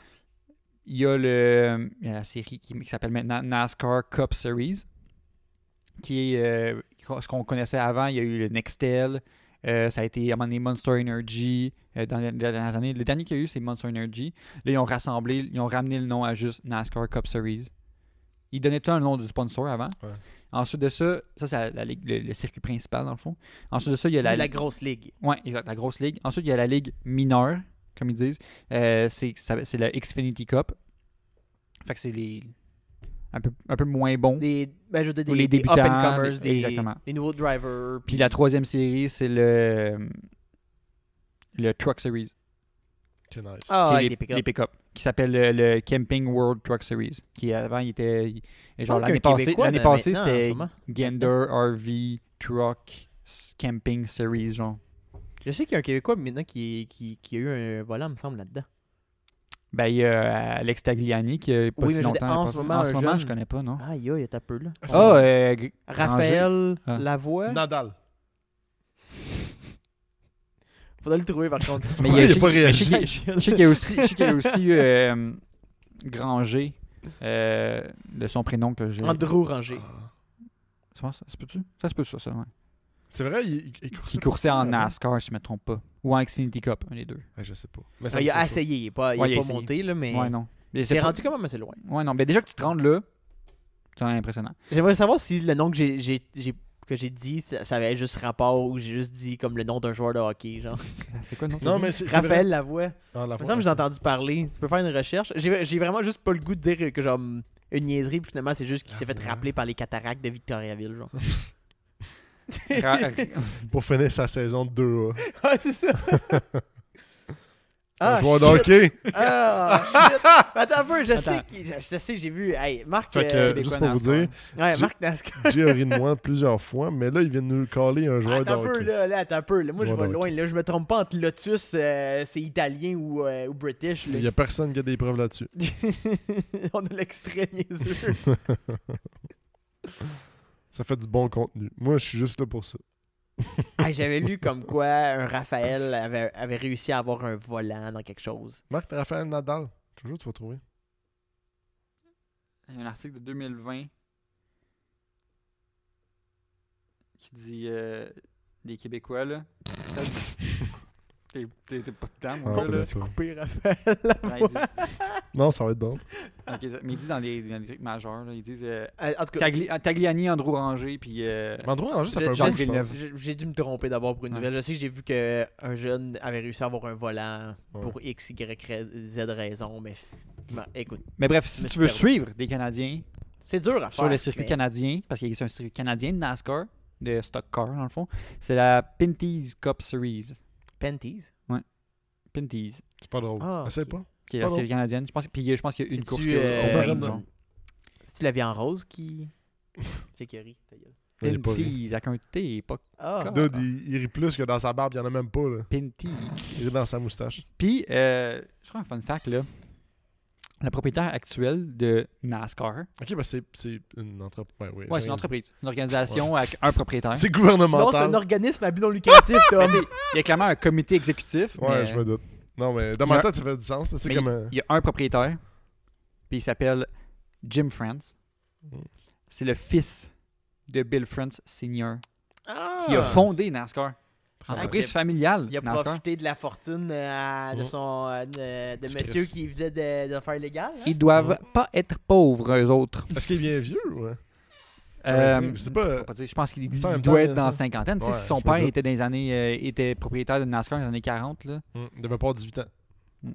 S3: Il y a, le, il y a la série qui, qui s'appelle maintenant NASCAR Cup Series, qui est euh, ce qu'on connaissait avant. Il y a eu le Nextel, euh, ça a été à un moment donné Monster Energy. euh, dans les les dernières années, le dernier qu'il y a eu, c'est Monster Energy. Là, ils ont rassemblé, ils ont ramené le nom à juste NASCAR Cup Series. Ils donnaient tout un nom du sponsor avant.
S1: Ouais.
S3: Ensuite de ça, ça c'est la- la ligue- le, le circuit principal dans le fond. Ensuite de ça, il y a
S2: C'est
S3: la,
S2: la grosse ligue.
S3: Ouais, exact, la grosse ligue. Ensuite, il y a la ligue mineure, comme ils disent. Euh, c'est ça- c'est la Xfinity Cup. Fait que c'est les un peu, un peu moins bon.
S2: Des, ben, je veux dire,
S3: Ou
S2: des,
S3: les
S2: des
S3: débutants,
S2: up-and-comers,
S3: des-
S2: des,
S3: exactement.
S2: des nouveaux drivers.
S3: Puis la troisième série, c'est le le Truck Series,
S1: C'est nice.
S2: Ah,
S3: qui est
S2: ouais,
S3: les,
S2: des
S3: les
S2: pick-up.
S3: pick-up, qui s'appelle le, le Camping World Truck Series, qui avant il était il-
S2: Je
S3: genre
S2: pense
S3: l'année
S2: qu'un
S3: passée,
S2: Québécois,
S3: l'année
S2: mais
S3: passée
S2: maintenant, en ce
S3: c'était
S2: moment. [laughs]
S3: Gander RV Truck S- Camping Series genre.
S2: Je sais qu'il y a un Québécois maintenant qui, qui, qui a eu un volant, me semble, là-dedans.
S3: Ben il y a Alex Tagliani qui a pas
S2: Oui,
S3: si
S2: mais je veux dire,
S3: longtemps.
S2: en
S3: pas-
S2: ce moment,
S3: en ce
S2: un
S3: moment je
S2: jeune-
S3: connais pas non.
S2: Ah, il y a, il y a ta peu, là.
S1: Ah,
S3: Ah,
S2: On-
S3: euh, G-
S2: Raphaël,
S3: Ah.
S2: Lavoie.
S1: Nadal.
S2: Faudrait le trouver, par contre.
S3: Mais
S1: Pourquoi
S2: [laughs]
S3: il y a-
S1: il a pas
S3: je
S1: réagi?
S3: sais qu'il- je sais qu'il y a aussi, je sais qu'il y a aussi euh, Granger, euh, de son prénom que j'ai.
S2: Andrew Ranger.
S1: Ah.
S3: Je pense- Ça se peut-tu? Ça se peut, ça, ça, ouais.
S1: C'est vrai, il, il- il coursait
S3: Qui coursait en
S1: Ouais.
S3: NASCAR, si je ne me trompe pas. Ou en Xfinity Cup, un des deux.
S1: Ah, je sais pas. Mais me
S2: Ah, il a
S1: dit quelque chose.
S2: essayé, il n'est pas, il
S3: Ouais,
S2: est
S3: il a
S2: pas
S3: essayé.
S2: monté, là, mais
S3: Ouais, non. Mais
S2: c'est
S3: pas-
S2: rendu quand même assez loin.
S3: Ouais, non. Mais déjà que tu te rendes là, c'est impressionnant.
S1: [laughs]
S2: J'aimerais savoir si le nom que j'ai, j'ai, j'ai- que j'ai dit, ça, ça avait juste rapport ou j'ai juste dit comme le nom d'un joueur de hockey, genre.
S3: C'est quoi le nom?
S1: Non, mais [laughs] c'est. c'est vrai.
S2: Raphaël Lavoie.
S1: Ah, la
S2: Il me
S1: fois-
S2: semble que j'ai entendu parler. Tu peux faire une recherche. J'ai, j'ai vraiment juste pas le goût de dire que genre une niaiserie, puis finalement c'est juste qu'il s'est fait
S1: Lavoie.
S2: rappeler par les cataractes de Victoriaville, genre.
S3: Ra-
S1: [laughs]
S3: [laughs] ra-
S1: Pour finir sa saison de 2
S2: [laughs] ah, c'est ça.
S1: [laughs]
S2: Ah,
S1: Un joueur de
S2: shit.
S1: hockey.
S2: [laughs] Ah, shit. Attends un peu, je sais,
S3: Attends.
S2: qu'il- je, je sais, j'ai vu. Hey, Marc,
S1: Fait que,
S2: euh,
S1: euh, juste
S3: Québécois
S1: pour vous
S3: NASCAR.
S1: dire,
S2: ouais,
S1: tu-
S2: Marc Nascar.
S1: J'ai ri de moi plusieurs fois, mais là, il vient de nous caler un joueur de
S2: Ah, Attends un peu,
S1: hockey.
S2: là, là, attends un peu. là. Moi, je
S1: Joueur
S2: vais
S1: de
S2: loin. Là, je me trompe pas entre Lotus, euh, c'est italien ou, euh, ou british. là.
S1: Il n'y a personne qui a des preuves là-dessus.
S2: [laughs] On a l'extrait, niaiseux.
S1: [laughs] Ça fait du bon contenu. Moi, je suis juste là pour ça.
S2: Ah, J'avais lu comme quoi un Raphaël avait, avait réussi à avoir un volant dans quelque chose.
S1: Marc Raphaël Nadal. Toujours, tu vas trouver.
S3: Il y a un article de 2020 qui dit euh, des Québécois, là. Ça [laughs] dit- T'es- T'es t'es pas dedans,
S1: Ah,
S3: mon gars,
S1: on
S3: là.
S1: dit pas.
S2: Coupé Raphaël.
S3: Ouais, ils disent-
S1: Non, ça va être drôle.
S3: Ok, ça- mais ils disent dans les, dans les trucs majeurs, là, ils disent euh,
S2: Euh, en tout cas,
S3: Tagli- euh, Tagliani, Andrew Ranger, puis euh,
S1: Mais Andrew Ranger, ça
S2: je-
S1: fait un
S2: je-
S1: bon
S3: Jacques Villeneuve.
S1: sens.
S2: j'ai- j'ai dû me tromper d'abord pour une
S3: Ouais.
S2: nouvelle. Je sais que j'ai vu qu'un jeune avait réussi à avoir un volant
S1: Ouais.
S2: pour X, Y, Z raison, mais bah, écoute,
S3: Mais bref, si
S2: Mais
S3: tu veux
S2: super
S3: suivre des Canadiens
S2: c'est dur à faire.
S3: sur le circuit
S2: mais-
S3: canadien, parce qu'il y a un circuit canadien de NASCAR, de Stock Car dans le fond, c'est la Pinty's Cup Series.
S2: Panties.
S3: Pinty's,
S1: C'est pas drôle.
S2: Ah,
S1: Essaye
S2: ok.
S1: pas.
S3: qui est
S1: pas
S3: la
S1: drôle.
S3: série canadienne. Je pense, puis il y a- je pense qu'il y a une
S2: C'est-tu,
S3: course
S2: euh,
S3: qui
S1: Overham,
S3: genre.
S2: C'est-tu la vie en
S1: [laughs]
S2: rose qui. C'est qui rit, ta gueule.
S1: Il est pas ri.
S3: Pinty's, avec un T, pas
S2: Ah,
S3: Comme-
S1: Dude, il, il rit plus que dans sa barbe, il y en a même pas. Là.
S3: Pinty.
S1: Il rit dans sa moustache.
S3: Puis, euh, je crois un fun fact, là. Le propriétaire actuel de NASCAR,
S1: Ok, bah c'est c'est une entreprise. Ouais, Ben oui,
S3: ouais, c'est une
S1: rien
S3: entreprise, hein. une organisation avec un propriétaire. Ben,
S1: dit. C'est
S2: non, c'est
S1: gouvernemental.
S2: un organisme à but non
S3: [laughs]
S2: lucratif, Tom.
S3: Il y a clairement un comité exécutif.
S1: ouais,
S3: mais- euh,
S1: je me doute. Non, mais dans
S3: Il y
S1: ma
S3: a-
S1: tête, ça fait du sens. là. C'est
S3: mais
S1: comme un.
S3: Il y a un propriétaire, puis il s'appelle Jim France.
S1: Mm.
S3: C'est le fils de Bill France Sr.
S2: Ah!
S3: qui a fondé NASCAR.
S1: Très
S3: Entreprise
S2: ok.
S3: familiale
S2: Il a hein?
S3: NASCAR.
S2: profité de la fortune euh, de
S1: Mm.
S2: son euh, de, de
S1: Petit
S2: monsieur
S1: Chris.
S2: qui faisait de, de faire légal. hein?
S3: Ils doivent pas être pauvres, eux autres.
S1: Est-ce qu'il est bien vieux ou. hein? Ça
S3: Euh,
S1: m'intrigue. C'est pas.
S3: Faut pas dire, je pense qu'il
S1: Ça, en même temps,
S3: doit être dans la
S1: ça.
S3: cinquantaine. Tu sais,
S1: Ouais,
S3: si son
S1: je me
S3: père
S1: doute.
S3: était dans les années, euh, était propriétaire de NASCAR dans les années 40, là.
S1: Hum, Il devait pas avoir 18 ans.
S2: Ben,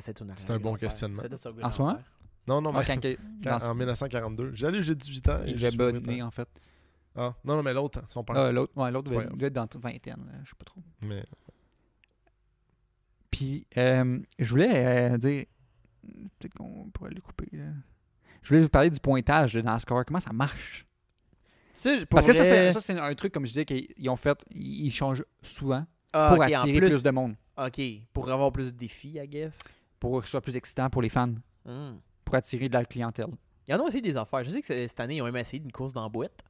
S2: c'est ton
S1: Ah, C'est un bon questionnement.
S2: C'est de son
S3: En ce moment?
S2: grand-père.
S1: Non, non, mais.
S3: Ah, quand il-
S1: [laughs] quand-
S3: dans-
S1: en 1942. J'allais, j'ai 18 ans. et
S3: il
S1: je
S3: devait
S1: suis
S3: pas
S1: propriétaire.
S3: né, en fait.
S1: Ah, non, non, mais l'autre, son père.
S3: Ah, l'autre, ouais, l'autre
S1: C'est pas
S3: devait,
S1: grave.
S3: devait être dans la vingtaine, là, je sais pas trop.
S1: Mais
S3: Puis, euh, je voulais euh, dire. Peut-être qu'on pourrait le couper, là. Je voulais vous parler du pointage de NASCAR. Comment ça marche?
S2: Ça, pour
S3: Parce que ça,
S2: vrai-
S3: c'est- ça, c'est un truc, comme je disais, qu'ils ils ont fait. Ils ils changent souvent
S2: Ah,
S3: pour
S2: ok, en
S3: attirer plus...
S2: plus-
S3: de monde,
S2: Ok, pour avoir plus de défis, I guess.
S3: pour que ce soit plus excitant pour les fans,
S2: Mm.
S3: pour attirer de la clientèle.
S2: Ils en ont essayé des affaires. Je sais que c'est- cette année, ils ont même essayé une course dans la boîte.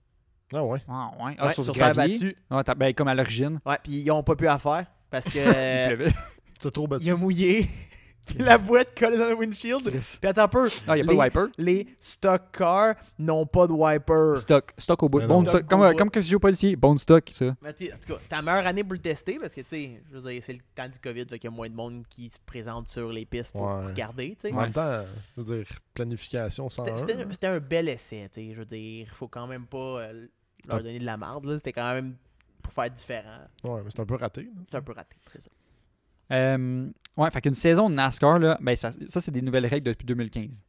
S1: Ah ouais.
S3: Ah, ouais. Ah,
S2: Ouais,
S3: sur, le
S2: terre
S3: gravier.
S2: battue.
S3: Ouais, t'as- ben, comme à l'origine. [laughs]
S2: [laughs] Ouais, puis ils ont pas pu la faire parce que
S3: il
S2: euh,
S3: pleuvait.
S1: C'est trop
S3: [laughs]
S2: il a mouillé. Puis la boîte collée dans le windshield.
S3: Chris.
S2: Puis attends un peu.
S3: Non, il n'y a pas de
S2: les-
S3: wiper.
S2: Les stock cars n'ont pas de wiper.
S3: Stock, stock au bout.
S1: Mais
S3: Bon
S1: non.
S3: stock. Comme, euh, comme Capsio Policier, bon stock, ça.
S2: Mais t'sais, en tout cas, c'était la meilleure année pour le tester parce que, tu sais, je veux dire, c'est le temps du COVID, fait qu'il y a moins de monde qui se présente sur les pistes pour
S1: Ouais.
S2: regarder, tu sais.
S1: En même temps, je veux dire, planification sans
S2: C'était- C'était c'était un bel essai, tu sais, je veux dire, faut quand même pas euh, leur
S1: Stop.
S2: donner de la marde, là. C'était quand même pour faire différent.
S1: Ouais, mais c'est un peu raté. là.
S2: C'est un peu raté, c'est ça.
S3: Euh, ouais, fait qu'une saison de NASCAR, là, ben, ça, ça, c'est des nouvelles règles depuis 2015.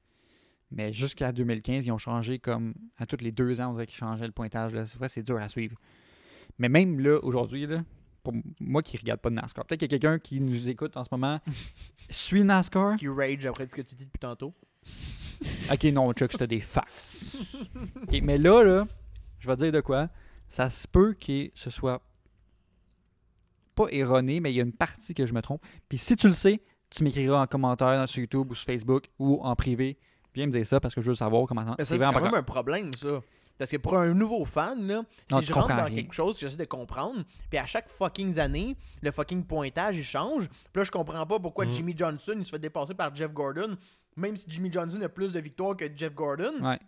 S3: Mais jusqu'à 2015, ils ont changé comme à tous les deux ans, on dirait qu'ils changeaient le pointage. Là. C'est vrai, c'est dur à suivre. Mais même là, aujourd'hui, là, pour moi qui regarde pas de NASCAR, peut-être qu'il y a quelqu'un qui nous écoute en ce moment, [laughs] suit NASCAR.
S2: Qui rage après ce que tu dis depuis tantôt.
S3: Ok, non, Chuck, c'était des facts. Ok, mais là, là, je vais te dire de quoi. Ça se peut que ce soit pas erroné, mais il y a une partie que je me trompe. Puis si tu le sais, tu m'écriras en commentaire sur YouTube ou sur Facebook ou en privé. Viens me dire ça parce que je veux savoir comment ça.
S2: Mais ça, c'est
S3: c'est vraiment
S2: quand
S3: pas
S2: même
S3: grave.
S2: un problème, ça. Parce que pour un nouveau fan, là, si
S3: Non, tu
S2: je rentre
S3: comprends
S2: dans
S3: rien.
S2: quelque chose, j'essaie de comprendre. Puis à chaque fucking année, le fucking pointage, il change. Puis là, je comprends pas pourquoi
S1: Mm.
S2: Jimmy Johnson, il se fait dépasser par Jeff Gordon. Même si Jimmy Johnson a plus de victoires que Jeff Gordon.
S3: Ouais.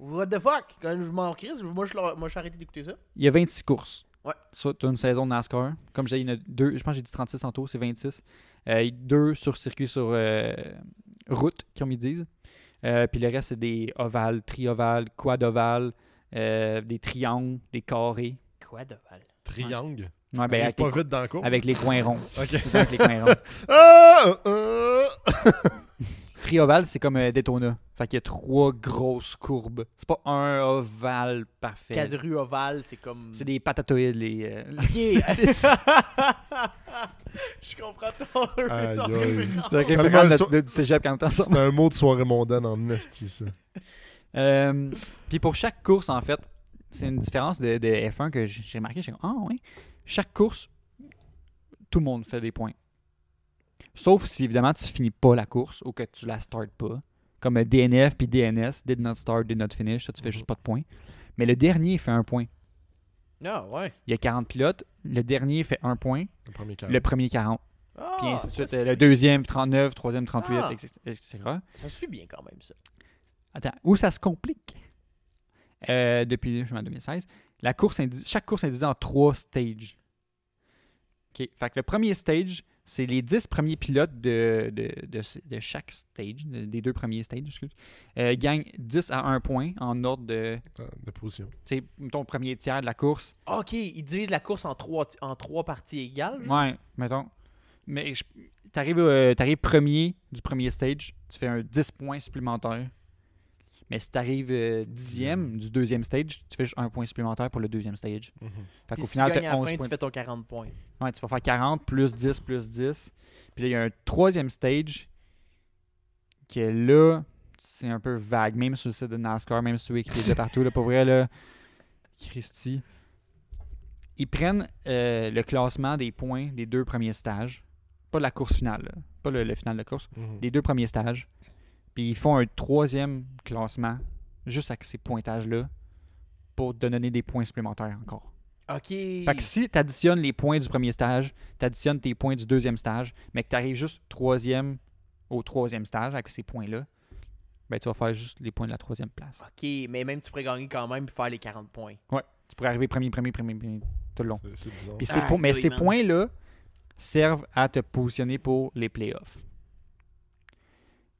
S2: What the fuck? Quand je m'en crise, moi, je l'ai- moi, j'ai arrêté d'écouter ça.
S3: Il y a 26 courses.
S2: Ouais.
S3: Ça, tu as une saison de NASCAR. Comme je disais, il y en a deux. Je pense que j'ai dit 36 en tout, c'est 26. Euh, il y a deux sur circuit, sur euh, route, comme ils disent. Euh, puis le reste, c'est des ovales, triovales, quadovales, euh, des triangles, des carrés.
S2: Quoi de val?
S1: Triangle.
S3: Ouais, ben,
S1: Arrive
S3: avec,
S1: pas
S3: les,
S1: vite dans le cours.
S3: avec les coins ronds. [laughs]
S1: Ok.
S3: C'est ça, avec les coins ronds.
S1: Ah! euh,
S3: Triovale, c'est comme euh, Daytona. Fait qu'il y a trois grosses courbes. C'est pas un ovale parfait.
S2: Quadru ovale, c'est comme.
S3: C'est des patatoïdes, les, euh,
S2: [laughs] pieds. je comprends ton.
S1: Aïe,
S2: ton
S1: aïe.
S2: référence.
S3: C'est
S1: tellement
S3: référent de,
S1: so-
S3: de- du cégep quand on entend ça.
S1: C'est un mot de soirée mondaine en esti, ça.
S3: Euh, Puis pour chaque course, en fait, c'est une différence de, de F1 que j- j'ai remarqué. J'ai dit, ah oui. Chaque course, tout le monde fait des points. Sauf si, évidemment, tu finis pas la course ou que tu la startes pas. Comme euh, DNF puis DNS, did not start, did not finish, ça, tu fais juste pas de points. Mais le dernier fait un point.
S2: Non, ouais.
S3: Il y a 40 pilotes, le dernier fait un point,
S1: Le premier quart.
S3: le premier 40,
S2: Ah,
S3: puis ainsi de
S2: ça,
S3: suite.
S2: c'est-
S3: euh, Le deuxième 39, troisième 38,
S2: Ah.
S3: etc. etc.
S2: Ça suit bien quand même, ça.
S3: Attends, où ça se complique Euh, depuis justement, 2016, la course est divi- chaque course est divisée en trois stages. OK. Fait que le premier stage, c'est les 10 premiers pilotes de, de- de ce- de chaque stage, de- des deux premiers stages, excuse, euh, gagnent 10 à 1 point en ordre de,
S1: Ah, de position.
S3: tu sais, mettons, premier tiers de la course.
S2: Ok, ils divisent la course en trois, ti- en trois parties égales. genre.
S3: Ouais, mettons. Mais je- t'arrives euh, t'arrives premier du premier stage, tu fais un 10 points supplémentaire. Mais si t'arrives euh, dixième du deuxième stage, tu fais juste un point supplémentaire pour le deuxième stage.
S1: Mhm,
S3: Fait
S2: Puis
S3: qu'au
S2: si
S3: final,
S2: tu gagnes
S3: t'as
S2: à la
S3: 11
S2: fin,
S3: points.
S2: tu fais ton 40 points.
S3: Ouais, tu vas faire 40 plus 10 plus 10. Puis là, il y a un troisième stage que là, c'est un peu vague. Même sur le site de NASCAR, même sur Wikipédia partout, là, pour vrai, là, Christy. Ils prennent euh, le classement des points des deux premiers stages. Pas la course finale, là. pas le, le final de course.
S1: Mhm.
S3: Les deux premiers stages. Puis ils font un troisième classement juste avec ces pointages-là pour te donner des points supplémentaires encore.
S2: Ok.
S3: Fait que si tu additionnes les points du premier stage, tu additionnes tes points du deuxième stage, mais que tu arrives juste troisième au troisième stage avec ces points-là, ben tu vas faire juste les points de la troisième place.
S2: Ok, mais même tu pourrais gagner quand même et faire les 40 points.
S3: Tu pourrais arriver premier, premier, premier, premier, tout le long.
S1: C'est- C'est bizarre.
S3: Puis ces
S2: Ah,
S3: points- mais
S2: oui,
S3: ces
S2: man.
S3: points-là servent à te positionner pour les playoffs.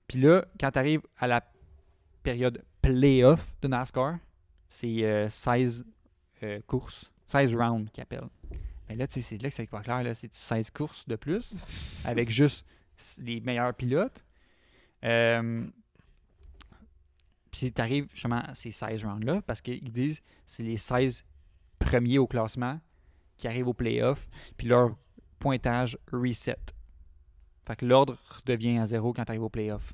S3: Puis là, quand tu arrives à la période playoff de NASCAR, c'est euh, 16 euh, courses, 16 rounds qu'ils appellent. Mais là, tu sais, c'est là que c'est pas clair. là. C'est 16 courses de plus avec juste s- les meilleurs pilotes. Euh, puis tu arrives justement à ces 16 rounds-là parce qu'ils disent c'est les 16 premiers au classement qui arrivent au playoff, puis leur pointage reset. Fait que l'ordre redevient à zéro quand tu arrives au playoff.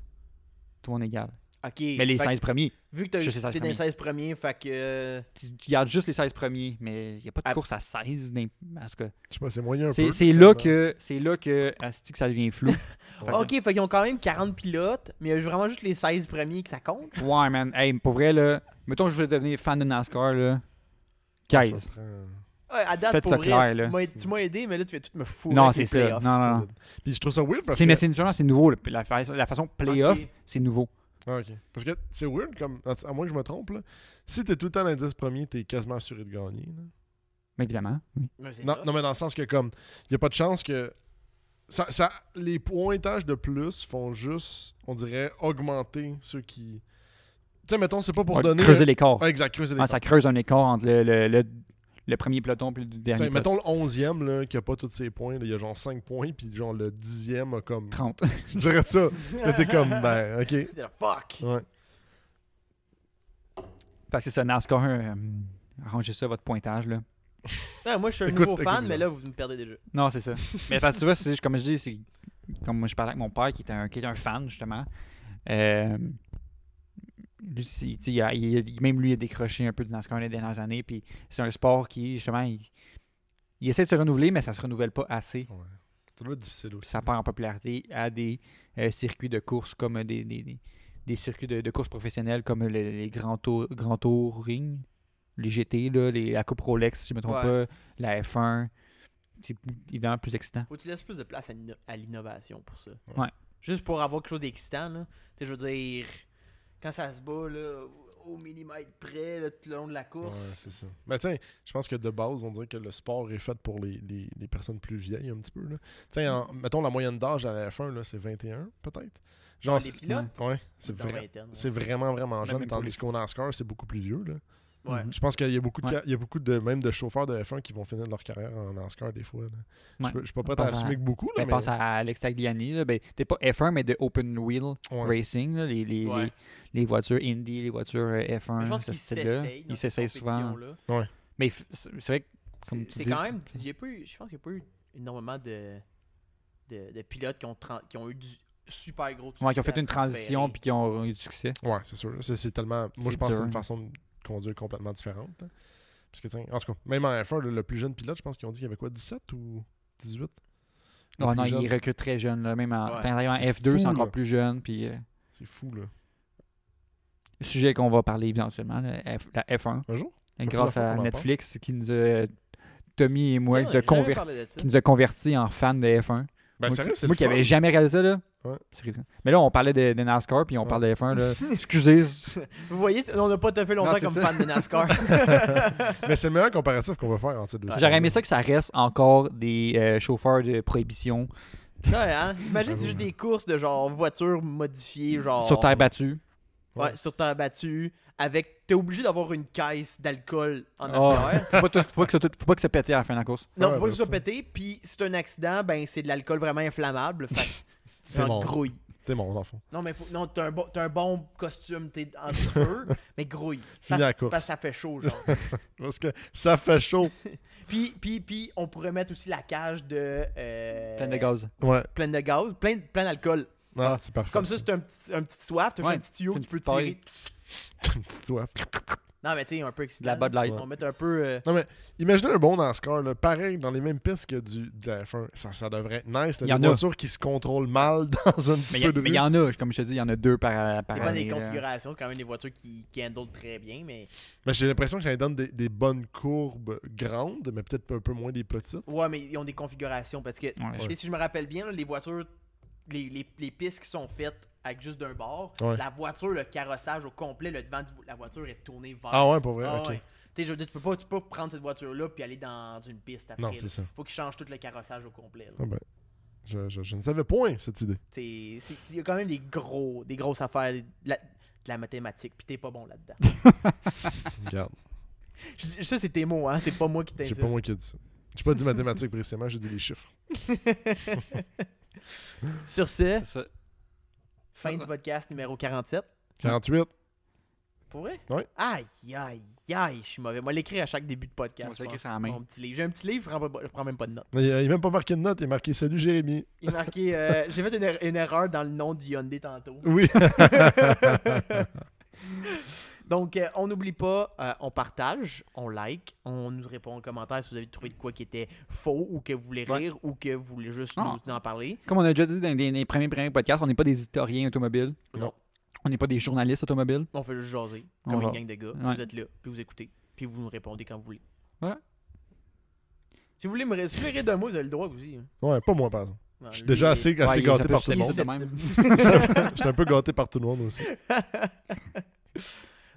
S3: Tout le monde égal.
S2: Ok.
S3: Mais les
S2: fait
S3: 16 premiers,
S2: que Vu que t'as
S3: je sais, ça,
S2: eu
S3: c'est
S2: dans les
S3: famille.
S2: 16 premiers, fait que. euh,
S3: tu, tu gardes juste les 16 premiers, mais il n'y a pas de
S2: Ah.
S3: course à 16. dans- En tout cas,
S1: Je sais pas, c'est moyen un
S3: c'est
S1: peu.
S3: c'est là que c'est là que asti, que ça
S1: [laughs]
S3: devient flou. Fait que-
S2: Ok, fait qu'ils ont quand même 40 pilotes, mais il y a vraiment juste les 16 premiers que ça compte.
S3: Ouais, man. Hey, pour vrai, là, mettons que je voulais devenir fan de NASCAR, là.
S1: Ah, Ça
S3: 15.
S1: prend-
S2: Ouais, à date,
S3: Faites
S2: pour
S3: ça
S2: vrai,
S3: clair,
S2: tu
S3: là.
S2: m'as- tu m'as aidé, mais là, tu fais tout me foutre.
S3: Non, c'est ça. Non, non, non.
S1: Puis je trouve ça weird parce
S3: Ah. C'est
S1: que.
S3: mais c'est naturellement, c'est nouveau. là. La, fa- la façon playoff,
S2: Ok.
S3: c'est nouveau.
S1: Ah, ok. Parce que c'est weird, comme. À moins que je me trompe, là. Si t'es tout le temps dans l'indice premier, t'es quasiment assuré de gagner. là.
S3: Mais évidemment. oui.
S1: Non, non, mais dans le sens que, comme, il n'y a pas de chance que. Ça, ça- les pointages de plus font juste, on dirait, augmenter ceux qui. Tu sais, mettons, c'est pas pour
S3: Ouais,
S1: donner.
S3: creuser l'écart.
S1: Ouais, exact, creuser les.
S3: Ah, ça creuse un écart entre le, le, le- le premier peloton et le
S1: Tu sais,
S3: dernier. peloton.
S1: mettons le 11e là, qui a pas tous ses points, là, il y a genre 5 points, puis genre le 10e a comme. [laughs]
S3: 30.
S1: Je dirais ça. Là, t'es comme, ben, ok.
S2: Fuck.
S1: Ouais.
S3: [laughs] Fait que c'est ça, NASCAR, euh, arrangez ça, votre pointage. Là.
S2: Ouais, moi, je suis un
S1: Écoute,
S2: nouveau
S1: écoute,
S2: fan, mais
S1: ça.
S2: là, vous me perdez déjà.
S3: Non, c'est ça. Mais parce que tu vois, c'est- comme je dis, c'est comme je parlais avec mon père qui était un, qui est un fan, justement. Euh, lui, c'est- tu sais, il a- il a- même lui a décroché un peu du NASCAR les dernières années. Puis c'est un sport qui, justement, il, il essaie de se renouveler, mais ça se renouvelle pas assez.
S1: ouais. Ça doit être difficile
S3: Puis
S1: aussi.
S3: ça part en popularité à des euh, circuits de course comme des, des, des- des circuits de, de course professionnels comme le- les grands tours grands tours ring, les GT, là, les, la Coupe Rolex, si je ne me trompe
S2: Ouais.
S3: pas, la F1. C'est p- évidemment plus excitant.
S2: Faut que tu laisses plus de place à, l'inno- à l'innovation pour ça.
S3: Ouais.
S2: Juste pour avoir quelque chose d'excitant, là. Tu sais, je veux dire, quand ça se bat, là, au millimètre près, là, tout le long de la
S1: Ouais,
S2: course.
S1: c'est ça. Mais tiens, je pense que de base, on dirait que le sport est fait pour les, les- les personnes plus vieilles un petit peu. là. Tiens, en-
S3: Mm.
S1: mettons la moyenne d'âge à la F1, là, c'est 21 peut-être. Genre,
S2: les
S1: c'est-
S2: pilotes,
S1: ouais, c'est
S2: dans
S1: vrai-
S2: vingtaine, ouais.
S1: c'est vraiment, vraiment
S3: Même
S1: jeune,
S3: pour les
S1: tandis qu'au NASCAR, c'est beaucoup plus vieux. Là.
S2: Ouais.
S3: Mhm.
S1: Je pense qu'il y a beaucoup, de,
S3: Ouais.
S1: ca- il y a beaucoup de, même de chauffeurs de F1 qui vont finir leur carrière en NASCAR des fois. là.
S3: Ouais.
S1: Je peux- Je suis pas prêt à
S3: Pense à-
S1: assumer que beaucoup, là,
S3: Ben,
S1: mais
S3: pense à Alex Tagliani, là, ben, t'es pas F1, mais de Open Wheel
S1: ouais.
S3: Racing, là, les, les,
S2: Ouais.
S3: les, les voitures Indy, les voitures euh,
S2: Mais
S3: F1,
S2: je pense
S3: ce
S2: qu'ils
S3: style-là.
S2: s'essayent. dans
S3: Ils
S2: cette
S3: s'essayent souvent.
S2: compétition-là.
S3: Mais f- c'est c'est vrai que, comme
S2: C'est
S3: tu
S2: c'est
S3: dis,
S2: quand même. j'ai pas eu- je pense qu'il n'y a pas eu énormément de, de, de pilotes qui ont, tran- qui ont eu du super gros
S3: ouais, qu'ils ont
S2: succès
S3: fait une
S2: à transférer.
S3: transition puis qu'ils ont eu du succès.
S1: Ouais, c'est sûr. C'est, c'est tellement. Moi,
S3: C'est
S1: je pense que c'est
S3: dur.
S1: une façon de conduire complètement différente. là. Parce que, tiens, en tout cas, même en F1, le, le plus jeune pilote, je pense qu'ils ont dit qu'il y avait quoi, 17 ou 18 Le
S3: Ouais,
S1: plus
S3: non, il
S1: jeune.
S3: recrute très jeune. Là, même en,
S2: Ouais.
S3: quand il arrive en
S1: C'est
S3: F2, c'est
S1: fou,
S3: encore
S1: là.
S3: plus jeune. Puis, euh,
S1: C'est fou, là.
S3: sujet qu'on va parler éventuellement, là, F- la F1.
S1: Un jour
S3: Et
S1: la
S3: grâce
S1: fois qu'on
S3: à
S1: en parle.
S3: Netflix qui nous a, euh, Tommy et moi,
S2: Ouais,
S3: qui nous
S2: j'ai
S3: a,
S2: jamais
S3: conver-
S2: parlé de ça.
S3: qui nous a convertis en fans de F1.
S1: Ben,
S3: moi
S1: sérieux,
S3: qui,
S1: c'est
S3: moi
S1: le
S3: qui
S1: fun.
S3: n'avais jamais regardé ça, là.
S1: Ouais.
S3: C'est vrai. Mais là, on parlait de, de NASCAR, puis on
S1: Ouais.
S3: parle de F1.
S1: [laughs]
S3: Là. Excusez.
S2: Vous voyez, on n'a pas tout fait longtemps
S3: Non, c'est
S2: comme
S3: ça.
S2: fan de NASCAR.
S3: [laughs]
S1: Mais c'est le meilleur comparatif qu'on va faire entre ces deux sports-là.
S3: Ah, J'aurais aimé ça que ça reste encore des euh, chauffeurs de prohibition
S2: [laughs] Ouais, hein? Imagine, c'est juste des courses de genre voitures modifiées, genre.
S3: sur terre battue.
S2: Ouais, sur terre battue. Avec. T'es obligé d'avoir une caisse d'alcool en
S3: Oh.
S2: arrière.
S3: Faut pas, tout- faut pas que ça tout- faut pas que ça pète à la fin de la course.
S2: Non,
S1: Ouais,
S2: faut pas que ce
S1: ben
S2: soit pété. Puis, si c'est un accident, ben, c'est de l'alcool vraiment inflammable. Fait que
S3: [laughs]
S1: C'est
S2: t'en
S1: bon.
S2: grouilles.
S1: T'es bon, dans le fond.
S2: Non, mais faut- non, t'as un, bon, t'as un bon costume, t'es en petit peu,
S1: [laughs]
S2: mais grouille.
S1: Fini
S2: Parce,
S1: la course.
S2: parce que ça fait chaud, genre.
S1: Parce que ça fait chaud.
S2: puis, puis, puis, on pourrait mettre aussi la cage de. euh,
S3: Pleine de gaz.
S1: Ouais.
S2: Pleine de gaz, plein, plein d'alcool.
S1: Ah, c'est parfait.
S2: Comme ça, c'est un petit, un petit soif, t'as juste
S3: Ouais,
S2: un petit tuyau,
S3: t'as
S2: que
S3: une
S2: tu peux
S3: petite paille.
S2: tirer.
S1: [laughs] Une petite soif.
S2: Non, mais t'es un peu excitant.
S3: De la Bud
S2: là.
S3: Light.
S2: On va mettre un peu. euh,
S1: Imaginez un bon NASCAR, là, pareil, dans les mêmes pistes que du, de la F1. Ça, ça devrait être nice.
S3: Il
S1: Là,
S3: y en
S1: des
S3: a.
S1: voitures qui se contrôlent mal [laughs] dans un
S3: Mais
S1: petit
S3: il y a-
S1: peu de
S3: mais il y
S1: rue.
S3: en a, comme je te dis, il y en a deux par, par
S2: Il y a pas des
S3: année, là.
S2: configurations, c'est quand même des voitures qui, qui handle très bien,
S1: Mais
S2: mais.
S1: Ben, j'ai l'impression que ça donne des, des bonnes courbes grandes, mais peut-être un peu moins des petites.
S2: Ouais, mais ils ont des configurations parce que.
S3: Ouais,
S2: tu sais, Si je me rappelle bien, là, les voitures, les, les, les pistes qui sont faites avec juste d'un bord,
S1: Ouais.
S2: la voiture, le carrossage au complet, le devant de la voiture est tourné vers.
S1: Ah ouais, pour vrai?
S2: Ah
S1: ok.
S2: ouais. Tu sais, je veux dire, tu peux pas, tu peux pas prendre cette voiture-là puis aller dans une piste après.
S1: Non,
S2: là.
S1: c'est ça.
S2: Faut qu'ils changent tout le carrossage au complet.
S1: Ah ben, je, je- je ne savais point cette
S3: [laughs]
S1: idée.
S2: Il y a quand même des, gros, des grosses affaires de la, de la mathématique, puis t'es pas bon là-dedans.
S1: [laughs] Regarde,
S2: Je dis- ça, c'est tes mots, hein? C'est pas moi qui
S1: c'est
S2: t'insulte.
S1: pas moi qui ai dit ça. J'ai pas dit mathématiques précisément, j'ai dit les
S3: [laughs]
S1: chiffres.
S2: [laughs]
S1: [laughs]
S2: Sur ce,
S3: C'est ça.
S2: fin du podcast numéro 47.
S1: 48.
S2: Pour vrai?
S1: Oui.
S2: Aïe, aïe, aïe, je suis mauvais. Moi, l'écrire à chaque début de podcast.
S3: Moi, je
S2: je
S3: l'écris
S2: pense.
S3: sur la main.
S2: Mon petit livre. J'ai un petit livre, je prends, pas- je prends même pas de notes.
S1: Il a, il a même pas marqué de note, il a marqué Salut Jérémy.
S2: Il marquait. euh, [laughs] J'ai fait une, er- une erreur dans le nom d'Hyundai tantôt.
S1: Oui.
S2: [laughs] Donc, euh, on n'oublie pas, euh, on partage, on like, on nous répond en commentaire si vous avez trouvé de quoi qui était faux ou que vous voulez
S3: Ouais.
S2: rire ou que vous voulez juste
S3: Ah.
S2: nous en parler.
S3: Comme on a déjà dit dans les, les premiers, premiers podcasts, on n'est pas des historiens automobiles.
S1: Non. Ah,
S3: On n'est pas des journalistes automobiles.
S2: On fait juste jaser,
S3: On
S2: comme une
S3: jase.
S2: gang de gars.
S3: Ouais.
S2: Vous êtes là, puis vous écoutez, puis vous nous répondez quand vous voulez. Si vous voulez me résumer d'un mot, vous avez le droit aussi. hein.
S1: Ouais, pas moi, par exemple.
S2: Non,
S1: Je suis
S2: lui,
S1: déjà
S2: il-
S1: assez,
S3: Ouais,
S1: assez
S3: il est un
S1: gâté
S3: peu
S1: par tout le
S2: il est
S1: monde.
S3: susceptible de même.
S2: susceptible.
S1: [laughs] J'étais un peu gâté par tout le monde aussi.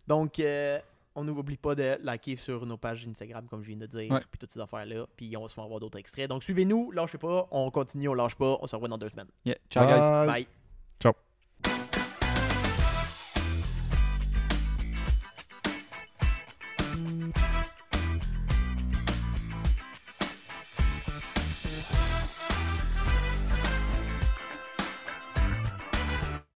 S2: Donc, euh, on n'oublie pas de liker sur nos pages Instagram, comme je viens de dire,
S3: Ouais.
S2: puis toutes ces affaires-là. Puis on va souvent avoir d'autres extraits. Donc, suivez-nous, lâchez pas, on continue, on lâche pas, on se revoit dans deux semaines.
S3: Yeah. Ciao, guys.
S1: Bye.
S2: Bye.